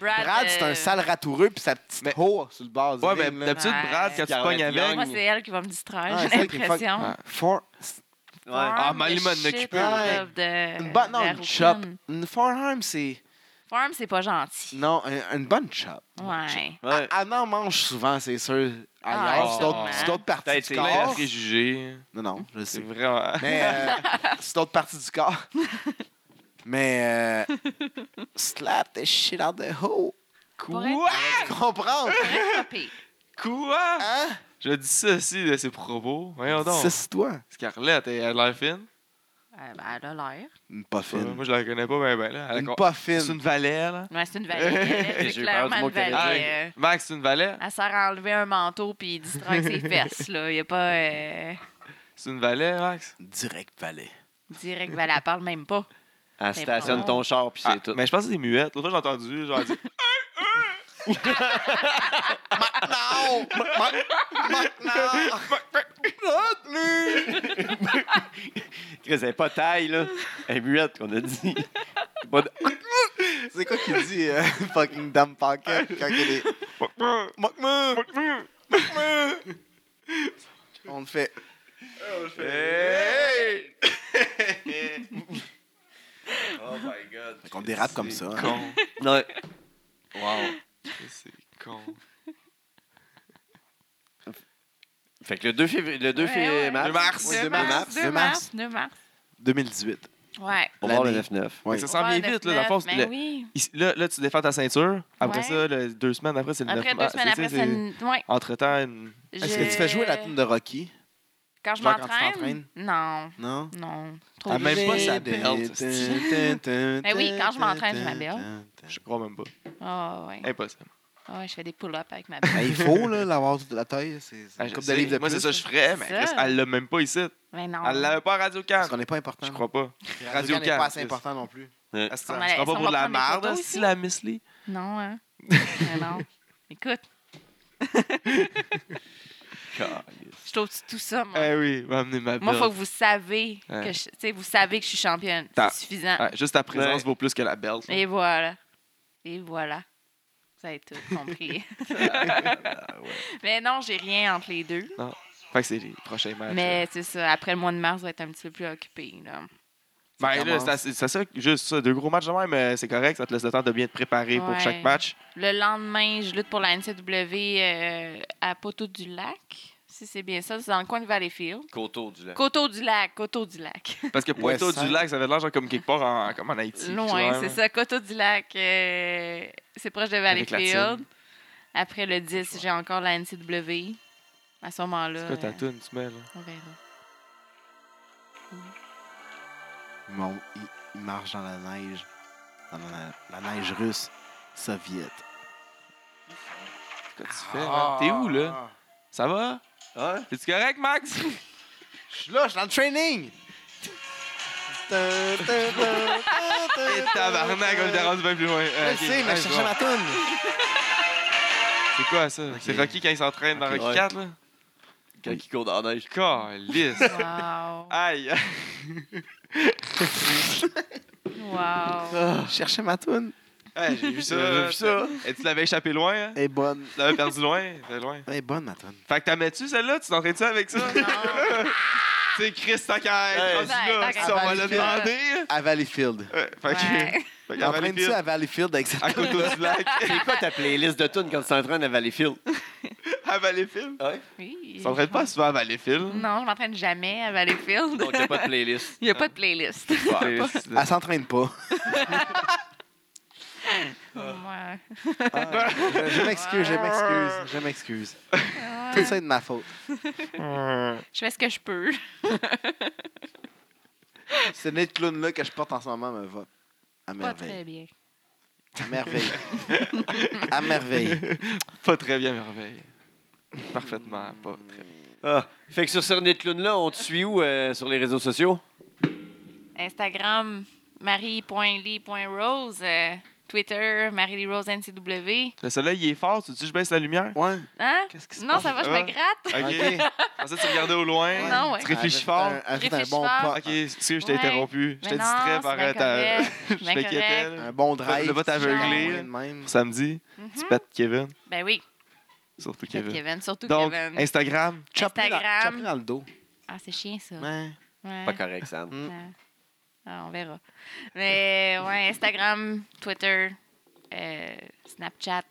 [SPEAKER 4] Brad,
[SPEAKER 2] Brad, c'est
[SPEAKER 4] euh,
[SPEAKER 2] un sale ratoureux, puis sa petite
[SPEAKER 3] Mais-
[SPEAKER 2] hoe sur le bas. du
[SPEAKER 3] Ouais,
[SPEAKER 2] ring,
[SPEAKER 3] ben,
[SPEAKER 2] là.
[SPEAKER 3] d'habitude,
[SPEAKER 4] Ouais.
[SPEAKER 3] Brad, quand tu
[SPEAKER 1] Scarlett
[SPEAKER 3] pognes avec.
[SPEAKER 4] Moi, hein. Ah, c'est elle qui va me distraire,
[SPEAKER 2] Ah,
[SPEAKER 4] j'ai
[SPEAKER 2] c'est elle qui me fuck.
[SPEAKER 4] l'impression.
[SPEAKER 3] Ouais.
[SPEAKER 2] For-
[SPEAKER 1] Ouais.
[SPEAKER 4] Forearm,
[SPEAKER 3] Ah, Molly
[SPEAKER 4] the
[SPEAKER 3] m'a
[SPEAKER 4] shit
[SPEAKER 3] occupé.
[SPEAKER 4] out of the-
[SPEAKER 2] Une bonne, non,
[SPEAKER 4] the
[SPEAKER 2] une
[SPEAKER 4] routine.
[SPEAKER 2] chop. Une forearm, c'est.
[SPEAKER 4] Forearm, c'est pas gentil.
[SPEAKER 2] Non, un- une bonne chop.
[SPEAKER 4] Ouais.
[SPEAKER 1] Ouais.
[SPEAKER 2] Anna en mange souvent, c'est sûr.
[SPEAKER 4] Ah,
[SPEAKER 2] Ailleurs,
[SPEAKER 3] ouais,
[SPEAKER 2] c'est d'autres-
[SPEAKER 3] sûrement.
[SPEAKER 2] c'est d'autres parties
[SPEAKER 1] Peut-être
[SPEAKER 2] du
[SPEAKER 1] c'est
[SPEAKER 3] Plein de
[SPEAKER 2] corps.
[SPEAKER 3] préjugés.
[SPEAKER 2] Non, non, je
[SPEAKER 3] C'est
[SPEAKER 2] sais.
[SPEAKER 3] vraiment.
[SPEAKER 2] Mais
[SPEAKER 4] [laughs]
[SPEAKER 2] euh, c'est d'autres parties du corps. Mais euh, slap the shit out the hoe.
[SPEAKER 4] Pour
[SPEAKER 3] Quoi?
[SPEAKER 4] être-
[SPEAKER 2] Tu comprends?
[SPEAKER 4] Pas pire.
[SPEAKER 3] [laughs] Quoi?
[SPEAKER 2] Hein?
[SPEAKER 3] Je dis ça aussi de ses propos. Voyons donc.
[SPEAKER 2] C'est toi.
[SPEAKER 3] Scarlett, elle a l'air fine.
[SPEAKER 4] Euh, ben, elle a l'air.
[SPEAKER 2] Une pas fine.
[SPEAKER 3] Moi, je la connais pas, mais ben, là. elle a
[SPEAKER 2] Une
[SPEAKER 3] con-
[SPEAKER 2] pas
[SPEAKER 3] C'est
[SPEAKER 2] fine.
[SPEAKER 3] une valet, là.
[SPEAKER 4] Ouais, c'est une valet.
[SPEAKER 1] [laughs] J'ai
[SPEAKER 4] c'est
[SPEAKER 1] eu peur
[SPEAKER 4] clairement
[SPEAKER 1] du mot
[SPEAKER 4] une
[SPEAKER 1] qu'elle
[SPEAKER 3] a dit.
[SPEAKER 4] valet. euh,
[SPEAKER 3] Max, c'est une valet.
[SPEAKER 4] Elle sert à enlever un manteau puis
[SPEAKER 2] [laughs]
[SPEAKER 4] distraire ses fesses. Là. Il n'y a pas. euh,
[SPEAKER 3] C'est une valet, Max.
[SPEAKER 2] Direct palais.
[SPEAKER 4] direct, ben, elle parle même pas.
[SPEAKER 1] Elle
[SPEAKER 4] C'est
[SPEAKER 1] stationne
[SPEAKER 4] bon.
[SPEAKER 1] ton char, puis c'est
[SPEAKER 3] Ah,
[SPEAKER 1] tout.
[SPEAKER 3] Mais je pense que c'est des muettes. L'autre fois, j'ai entendu, genre, elle dit,
[SPEAKER 2] Non! Maintenant!
[SPEAKER 1] Chris, elle est pas taille, là. [laughs] Elle est muette, qu'on a [laughs] dit. Pas de-
[SPEAKER 2] C'est quoi qu'il dit, euh, [laughs] fucking Dame Parker, quand il est. Mokmu! Mokmu! On le fait.
[SPEAKER 1] Hey! oh my god.
[SPEAKER 2] Fait qu'on dérape comme ça. hein.
[SPEAKER 3] con.
[SPEAKER 1] Non. Wow.
[SPEAKER 3] C'est con.
[SPEAKER 1] Fait que le 2 février. Le 2
[SPEAKER 4] Ouais,
[SPEAKER 1] février
[SPEAKER 4] ouais.
[SPEAKER 1] mars.
[SPEAKER 3] Le mars.
[SPEAKER 2] Ouais,
[SPEAKER 4] Deux
[SPEAKER 2] deux
[SPEAKER 4] mars,
[SPEAKER 2] mars,
[SPEAKER 4] deux
[SPEAKER 2] deux
[SPEAKER 4] mars,
[SPEAKER 2] mars.
[SPEAKER 4] deux mars.
[SPEAKER 2] 2018.
[SPEAKER 4] Ouais.
[SPEAKER 1] On va voir le
[SPEAKER 2] L'année.
[SPEAKER 1] 9-9.
[SPEAKER 2] Ouais.
[SPEAKER 3] Ça sent bien vite, là, dans le fond. c'est
[SPEAKER 4] Mais
[SPEAKER 3] le-
[SPEAKER 4] oui.
[SPEAKER 3] Ici- Là, là, tu défends ta ceinture. Après
[SPEAKER 4] Ouais.
[SPEAKER 3] ça, le- deux semaines après, c'est le 9
[SPEAKER 4] Après deux semaines, après, c'est une. Ouais.
[SPEAKER 3] Entre-temps, une-
[SPEAKER 2] Est-ce que tu fais jouer la tune de Rocky?
[SPEAKER 4] Quand je
[SPEAKER 2] genre quand tu
[SPEAKER 4] m'entraîne?
[SPEAKER 2] t'entraînes?
[SPEAKER 4] Non.
[SPEAKER 2] Non?
[SPEAKER 4] Non. Trop
[SPEAKER 3] Ah, même pas
[SPEAKER 4] léger.
[SPEAKER 3] sa belt.
[SPEAKER 4] Ben oui, quand je m'entraîne, je m'habille.
[SPEAKER 3] je crois même pas.
[SPEAKER 4] Ah, ouais.
[SPEAKER 3] Impossible.
[SPEAKER 4] Ah, ouais, je fais des pull-ups avec ma
[SPEAKER 2] Ben,
[SPEAKER 4] belle.
[SPEAKER 2] il faut là, l'avoir toute la taille. C'est c'est
[SPEAKER 3] Ah,
[SPEAKER 2] une
[SPEAKER 3] je
[SPEAKER 2] coupe
[SPEAKER 3] sais.
[SPEAKER 2] de livres de
[SPEAKER 3] Moi, c'est
[SPEAKER 2] plus.
[SPEAKER 3] ça que je ferais, mais
[SPEAKER 4] C'est ça. Ah
[SPEAKER 3] Chris, elle l'a même pas ici.
[SPEAKER 4] Mais non.
[SPEAKER 2] Ah,
[SPEAKER 3] Elle l'avait pas à radio
[SPEAKER 2] Parce
[SPEAKER 3] can
[SPEAKER 2] qu'on n'est pas important.
[SPEAKER 3] Je crois pas.
[SPEAKER 2] Radio
[SPEAKER 3] Radio-Can,
[SPEAKER 2] n'est pas assez
[SPEAKER 3] c'est-
[SPEAKER 2] important non plus.
[SPEAKER 3] Elle se
[SPEAKER 4] On
[SPEAKER 3] prend
[SPEAKER 4] allait-
[SPEAKER 3] pas
[SPEAKER 4] si on
[SPEAKER 3] pour
[SPEAKER 4] va
[SPEAKER 3] de la
[SPEAKER 4] prendre des
[SPEAKER 3] merde,
[SPEAKER 4] photos
[SPEAKER 3] si
[SPEAKER 4] ici?
[SPEAKER 3] la Miss Lee.
[SPEAKER 4] Non, hein. Mais non. Écoute, je trouve tout ça, moi.
[SPEAKER 2] Euh,
[SPEAKER 3] Eh oui, va amener ma
[SPEAKER 4] moi,
[SPEAKER 2] ben,
[SPEAKER 3] belt.
[SPEAKER 4] faut que vous savez
[SPEAKER 3] Ouais.
[SPEAKER 4] que je, tu sais, vous savez que je suis championne.
[SPEAKER 3] Ta-
[SPEAKER 4] C'est suffisant.
[SPEAKER 3] Ouais, juste ta présence
[SPEAKER 1] Ouais.
[SPEAKER 3] vaut plus que la belt.
[SPEAKER 4] Ah. Et voilà. Et voilà. Vous avez tout
[SPEAKER 2] [laughs]
[SPEAKER 4] compris. Mais non, j'ai rien entre les deux.
[SPEAKER 3] Fait que c'est les prochains matchs.
[SPEAKER 4] Mais c'est ça, après le mois de mars, vous êtes un petit peu plus occupé. Là.
[SPEAKER 3] Ben,
[SPEAKER 2] Ça
[SPEAKER 3] là,
[SPEAKER 2] commence.
[SPEAKER 3] c'est assez- c'est ça, juste ça, deux gros matchs de même, euh, c'est correct, ça te laisse le temps de bien te préparer pour
[SPEAKER 4] Ouais.
[SPEAKER 3] chaque match.
[SPEAKER 4] Le lendemain, je lutte pour la NCW euh, à Poteau-du-Lac, si c'est bien ça. C'est dans le coin de Valleyfield.
[SPEAKER 1] Coteau du lac.
[SPEAKER 4] Coteau-du-Lac, Coteau-du-Lac.
[SPEAKER 3] Parce que
[SPEAKER 2] Ouais,
[SPEAKER 3] Pointeau
[SPEAKER 2] ça-
[SPEAKER 3] du Lac, ça avait l'air genre comme quelque part en, comme en Haïti.
[SPEAKER 4] Loin, c'est ça. Coteau-du-Lac, euh, c'est proche de
[SPEAKER 3] Avec la
[SPEAKER 4] Valleyfield.
[SPEAKER 3] tune.
[SPEAKER 4] Après le 10, j'ai encore la NCW. À ce moment-là,
[SPEAKER 3] C'est quoi ta
[SPEAKER 4] euh,
[SPEAKER 3] toune, tu mets, là?
[SPEAKER 4] on verra.
[SPEAKER 2] Mon- il, il marche dans la neige. Dans la, la neige russe soviète.
[SPEAKER 3] Qu'est-ce que tu fais, là? hein. T'es où, là? Ça va?
[SPEAKER 1] Hein?
[SPEAKER 3] T'es-tu Ah. correct, Max? [laughs]
[SPEAKER 2] Je suis là, je suis dans le training!
[SPEAKER 3] Et
[SPEAKER 2] Et
[SPEAKER 3] [laughs] tabarnak, on était rendu bien plus loin. Euh,
[SPEAKER 2] Je
[SPEAKER 3] ok,
[SPEAKER 2] sais, mais
[SPEAKER 3] ouais,
[SPEAKER 2] je
[SPEAKER 3] bon.
[SPEAKER 2] cherchais ma toune.
[SPEAKER 3] C'est quoi, ça? C'est Rocky quand il s'entraîne dans
[SPEAKER 1] Ok.
[SPEAKER 3] Rocky
[SPEAKER 1] Ouais.
[SPEAKER 3] 4, là?
[SPEAKER 1] Quand il court dans la neige.
[SPEAKER 4] [laughs]
[SPEAKER 3] Calisse!
[SPEAKER 4] Wow.
[SPEAKER 3] Aïe!
[SPEAKER 2] [laughs]
[SPEAKER 4] Wow.
[SPEAKER 2] Ah. Je cherchais ma toune.
[SPEAKER 3] Hey, j'ai vu ça.
[SPEAKER 1] J'ai vu ça.
[SPEAKER 3] Et tu l'avais échappé loin, hein?
[SPEAKER 2] Elle est bonne.
[SPEAKER 3] Tu l'avais perdu loin? C'était loin.
[SPEAKER 2] Elle est bonne, ma toune.
[SPEAKER 3] Fait que t'as mets-tu celle-là? Tu t'entraînes-tu avec ça?
[SPEAKER 4] Non.
[SPEAKER 3] C'est Chris Takai,
[SPEAKER 1] Ouais.
[SPEAKER 3] rendu là,
[SPEAKER 4] Ouais,
[SPEAKER 3] si on va
[SPEAKER 2] Takai.
[SPEAKER 3] le demander.
[SPEAKER 2] À Valleyfield.
[SPEAKER 3] Ouais, Fait que,
[SPEAKER 4] Ouais.
[SPEAKER 3] [laughs] fait qu'à
[SPEAKER 2] Entraîne-tu
[SPEAKER 3] Valleyfield,
[SPEAKER 2] à Valleyfield avec cette
[SPEAKER 3] à
[SPEAKER 2] toune?
[SPEAKER 3] Coteau du
[SPEAKER 4] [laughs]
[SPEAKER 3] Lac, [laughs]
[SPEAKER 1] C'est quoi ta playlist de tunes quand tu t'entraînes à Valleyfield?
[SPEAKER 3] à Valleyfield.
[SPEAKER 1] Ouais.
[SPEAKER 4] Oui.
[SPEAKER 3] Tu t'entraînes pas souvent à Valleyfield?
[SPEAKER 4] Non, je m'entraîne jamais à Valleyfield.
[SPEAKER 1] Donc, il n'y a pas
[SPEAKER 4] [laughs]
[SPEAKER 1] de playlist.
[SPEAKER 4] Il n'y a pas de playlist.
[SPEAKER 3] Ouais,
[SPEAKER 2] Elle s'entraîne pas.
[SPEAKER 4] Ouais.
[SPEAKER 2] Je m'excuse, je m'excuse, je m'excuse. Tout ça est de ma faute.
[SPEAKER 4] Je fais ce que je peux.
[SPEAKER 2] Ce nez de clown-là que je porte en ce moment me va à
[SPEAKER 4] Pas
[SPEAKER 2] merveille.
[SPEAKER 4] très bien.
[SPEAKER 2] À merveille. [laughs] À merveille.
[SPEAKER 3] [laughs] Pas très bien, merveille. Parfaitement, pas très bien.
[SPEAKER 1] Ah. Fait que sur ce clown là on te suit où euh, sur les réseaux sociaux?
[SPEAKER 4] Instagram, marie.lee.rose. euh, Twitter, marie rose NCW.
[SPEAKER 3] Le soleil, il est fort. Tu dis, je baisse la lumière?
[SPEAKER 2] Ouais.
[SPEAKER 4] Hein?
[SPEAKER 3] Qu'est-ce qui se
[SPEAKER 4] Non,
[SPEAKER 3] passe?
[SPEAKER 4] ça va, je
[SPEAKER 3] Ah.
[SPEAKER 4] me gratte.
[SPEAKER 3] Ok. Ensuite, tu regardais au loin.
[SPEAKER 4] Non, ouais.
[SPEAKER 3] Tu réfléchis
[SPEAKER 2] Ajoute
[SPEAKER 3] fort.
[SPEAKER 2] Ah, un- Ajoute un
[SPEAKER 4] Réfléchis
[SPEAKER 2] bon
[SPEAKER 4] fort.
[SPEAKER 2] pas.
[SPEAKER 3] Ok, excuse, je t'ai
[SPEAKER 4] Ouais.
[SPEAKER 3] interrompu. Je
[SPEAKER 4] Mais
[SPEAKER 3] t'ai
[SPEAKER 4] non,
[SPEAKER 3] distrait
[SPEAKER 4] c'est
[SPEAKER 3] par
[SPEAKER 4] bien
[SPEAKER 3] euh, ta.
[SPEAKER 4] correct.
[SPEAKER 3] [laughs]
[SPEAKER 4] C'est
[SPEAKER 3] Je
[SPEAKER 4] bien
[SPEAKER 3] m'inquiétais.
[SPEAKER 4] correct. Hmm?
[SPEAKER 3] là.
[SPEAKER 2] Un bon
[SPEAKER 3] Le-
[SPEAKER 2] drive.
[SPEAKER 3] le vote aveuglé,
[SPEAKER 2] Ouais,
[SPEAKER 3] là.
[SPEAKER 2] de même.
[SPEAKER 3] Samedi, tu pètes Kevin.
[SPEAKER 4] Mhm. Ben oui,
[SPEAKER 3] Surtout
[SPEAKER 4] Faites
[SPEAKER 3] Kevin.
[SPEAKER 4] Kevin, surtout
[SPEAKER 3] Donc,
[SPEAKER 4] Kevin. [laughs]
[SPEAKER 3] Instagram.
[SPEAKER 2] Chope-le dans-
[SPEAKER 4] Instagram.
[SPEAKER 2] chope-le dans le dos.
[SPEAKER 4] Ah, c'est chiant, ça.
[SPEAKER 2] Ouais.
[SPEAKER 4] Ouais.
[SPEAKER 1] Pas correct, Sam.
[SPEAKER 2] Mm.
[SPEAKER 4] Ah, on verra. Mais ouais, Instagram, Twitter, euh, Snapchat,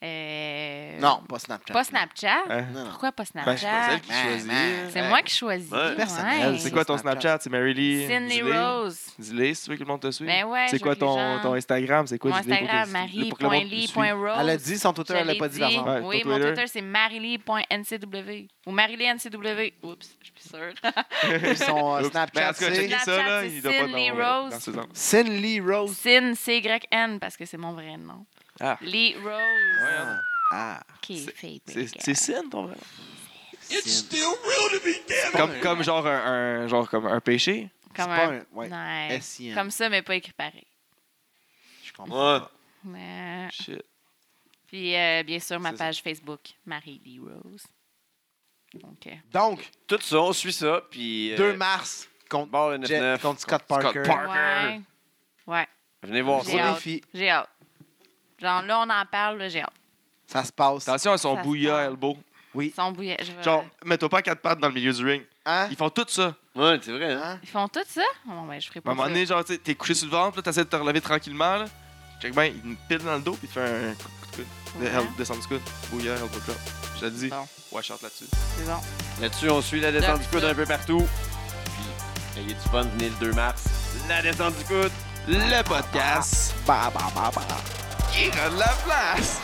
[SPEAKER 4] Euh,
[SPEAKER 2] Non, pas Snapchat.
[SPEAKER 4] Pas Snapchat.
[SPEAKER 3] Hein?
[SPEAKER 2] Non, non.
[SPEAKER 4] Pourquoi pas
[SPEAKER 3] Ben, c'est pas
[SPEAKER 4] Snapchat?
[SPEAKER 3] elle qui choisit.
[SPEAKER 2] Man,
[SPEAKER 4] c'est
[SPEAKER 2] man.
[SPEAKER 4] moi qui choisis.
[SPEAKER 1] Ouais.
[SPEAKER 2] Personnel,
[SPEAKER 4] ouais.
[SPEAKER 3] C'est quoi ton
[SPEAKER 2] Snapchat.
[SPEAKER 3] Snapchat? C'est Mary Lee.
[SPEAKER 4] Cindy
[SPEAKER 3] Diley?
[SPEAKER 4] Rose.
[SPEAKER 3] Dis-les si tu veux que le monde te suive.
[SPEAKER 4] Ben ouais,
[SPEAKER 3] c'est
[SPEAKER 4] je
[SPEAKER 3] quoi
[SPEAKER 4] veux que les
[SPEAKER 3] ton,
[SPEAKER 4] gens-
[SPEAKER 3] ton Instagram? C'est quoi
[SPEAKER 4] Mon
[SPEAKER 3] dis-les pour que-
[SPEAKER 4] Instagram,
[SPEAKER 3] pour que le monde te suive.
[SPEAKER 4] marie.lee.rose.
[SPEAKER 2] Elle a dit, son Twitter,
[SPEAKER 4] Je
[SPEAKER 2] elle l'a
[SPEAKER 4] l'ai
[SPEAKER 2] pas dit
[SPEAKER 4] dit.
[SPEAKER 2] d'avant.
[SPEAKER 3] Ouais,
[SPEAKER 4] oui,
[SPEAKER 3] ton
[SPEAKER 4] mon
[SPEAKER 3] Twitter.
[SPEAKER 4] Twitter, c'est marilee.ncw. Ou marilee.ncw. Oups, je suis plus sûre.
[SPEAKER 2] Puis
[SPEAKER 3] [laughs]
[SPEAKER 2] [laughs] Son euh,
[SPEAKER 3] Oups. Ben, en
[SPEAKER 2] Snapchat,
[SPEAKER 3] tout cas, checkez
[SPEAKER 2] c'est
[SPEAKER 4] Snapchat,
[SPEAKER 3] ça, là.
[SPEAKER 4] c'est
[SPEAKER 3] Il doit pas
[SPEAKER 4] Cindy
[SPEAKER 3] dans- dans
[SPEAKER 4] Rose.
[SPEAKER 3] ses angles.
[SPEAKER 2] Sin Lee Rose.
[SPEAKER 4] Sin, C-Y-N, parce que c'est mon vrai nom.
[SPEAKER 3] Ah.
[SPEAKER 4] Lee
[SPEAKER 3] Ouais,
[SPEAKER 4] Rose.
[SPEAKER 3] hein.
[SPEAKER 2] Ah,
[SPEAKER 4] Qui est
[SPEAKER 3] C'est
[SPEAKER 4] favorite
[SPEAKER 3] c'est
[SPEAKER 4] girl.
[SPEAKER 3] Sin, ton vrai.
[SPEAKER 2] Sin.
[SPEAKER 3] Comme, comme genre un, un- genre comme un péché.
[SPEAKER 4] Comme
[SPEAKER 2] pas
[SPEAKER 4] un.
[SPEAKER 2] un- ouais.
[SPEAKER 4] Ouais.
[SPEAKER 2] S-I-N.
[SPEAKER 4] Comme ça, mais pas écrit pareil.
[SPEAKER 2] Je
[SPEAKER 1] Ouais.
[SPEAKER 2] comprends. pas.
[SPEAKER 4] Mais-
[SPEAKER 3] Shit.
[SPEAKER 4] Puis, euh, bien sûr, ma
[SPEAKER 3] C'est ça.
[SPEAKER 4] page Facebook, Marie Lee Rose. Donc, euh,
[SPEAKER 2] Donc,
[SPEAKER 1] Tout ça, on suit ça, puis... euh,
[SPEAKER 2] 2 mars contre,
[SPEAKER 1] Ball le
[SPEAKER 2] Jet-
[SPEAKER 1] 9
[SPEAKER 2] contre Scott
[SPEAKER 3] Scott
[SPEAKER 2] Parker.
[SPEAKER 3] Parker.
[SPEAKER 4] ouais. Ouais,
[SPEAKER 1] Venez voir
[SPEAKER 2] Gros
[SPEAKER 4] J'ai
[SPEAKER 1] ça.
[SPEAKER 4] hâte.
[SPEAKER 2] défi.
[SPEAKER 4] j'ai hâte. Genre, là, on en parle, là, j'ai hâte.
[SPEAKER 2] Ça se passe.
[SPEAKER 3] Attention à son
[SPEAKER 4] Ça se
[SPEAKER 3] bouillat
[SPEAKER 4] passe.
[SPEAKER 3] elbow.
[SPEAKER 4] Son bouillet, je vais-
[SPEAKER 3] Genre, mets-toi pas à quatre pattes dans le milieu du ring.
[SPEAKER 2] Hein?
[SPEAKER 3] Ils font tout ça.
[SPEAKER 1] Ouais, c'est vrai, hein?
[SPEAKER 2] Hein?
[SPEAKER 4] Ils font tout ça? Bon, ben, je ferai
[SPEAKER 3] À un
[SPEAKER 4] pas ça.
[SPEAKER 3] moment donné, genre, tu sais, t'es couché sur le ventre, là, t'essaies de te relever tranquillement, là. Check bien, il te pile dans le dos, puis il te fait un coup de coude. De
[SPEAKER 4] Ouais.
[SPEAKER 3] hel- descend du coude. Oh Bouillard, elbow drop. Je te le dis,
[SPEAKER 4] Bon.
[SPEAKER 3] watch out là-dessus.
[SPEAKER 4] C'est bon.
[SPEAKER 1] Là-dessus, on suit la descente du coude un peu partout. Puis, ayez du fun, venez le 2 mars. La descente du coude.
[SPEAKER 3] Le podcast
[SPEAKER 2] Bah, bah, bah, bah.
[SPEAKER 3] qui rend la place!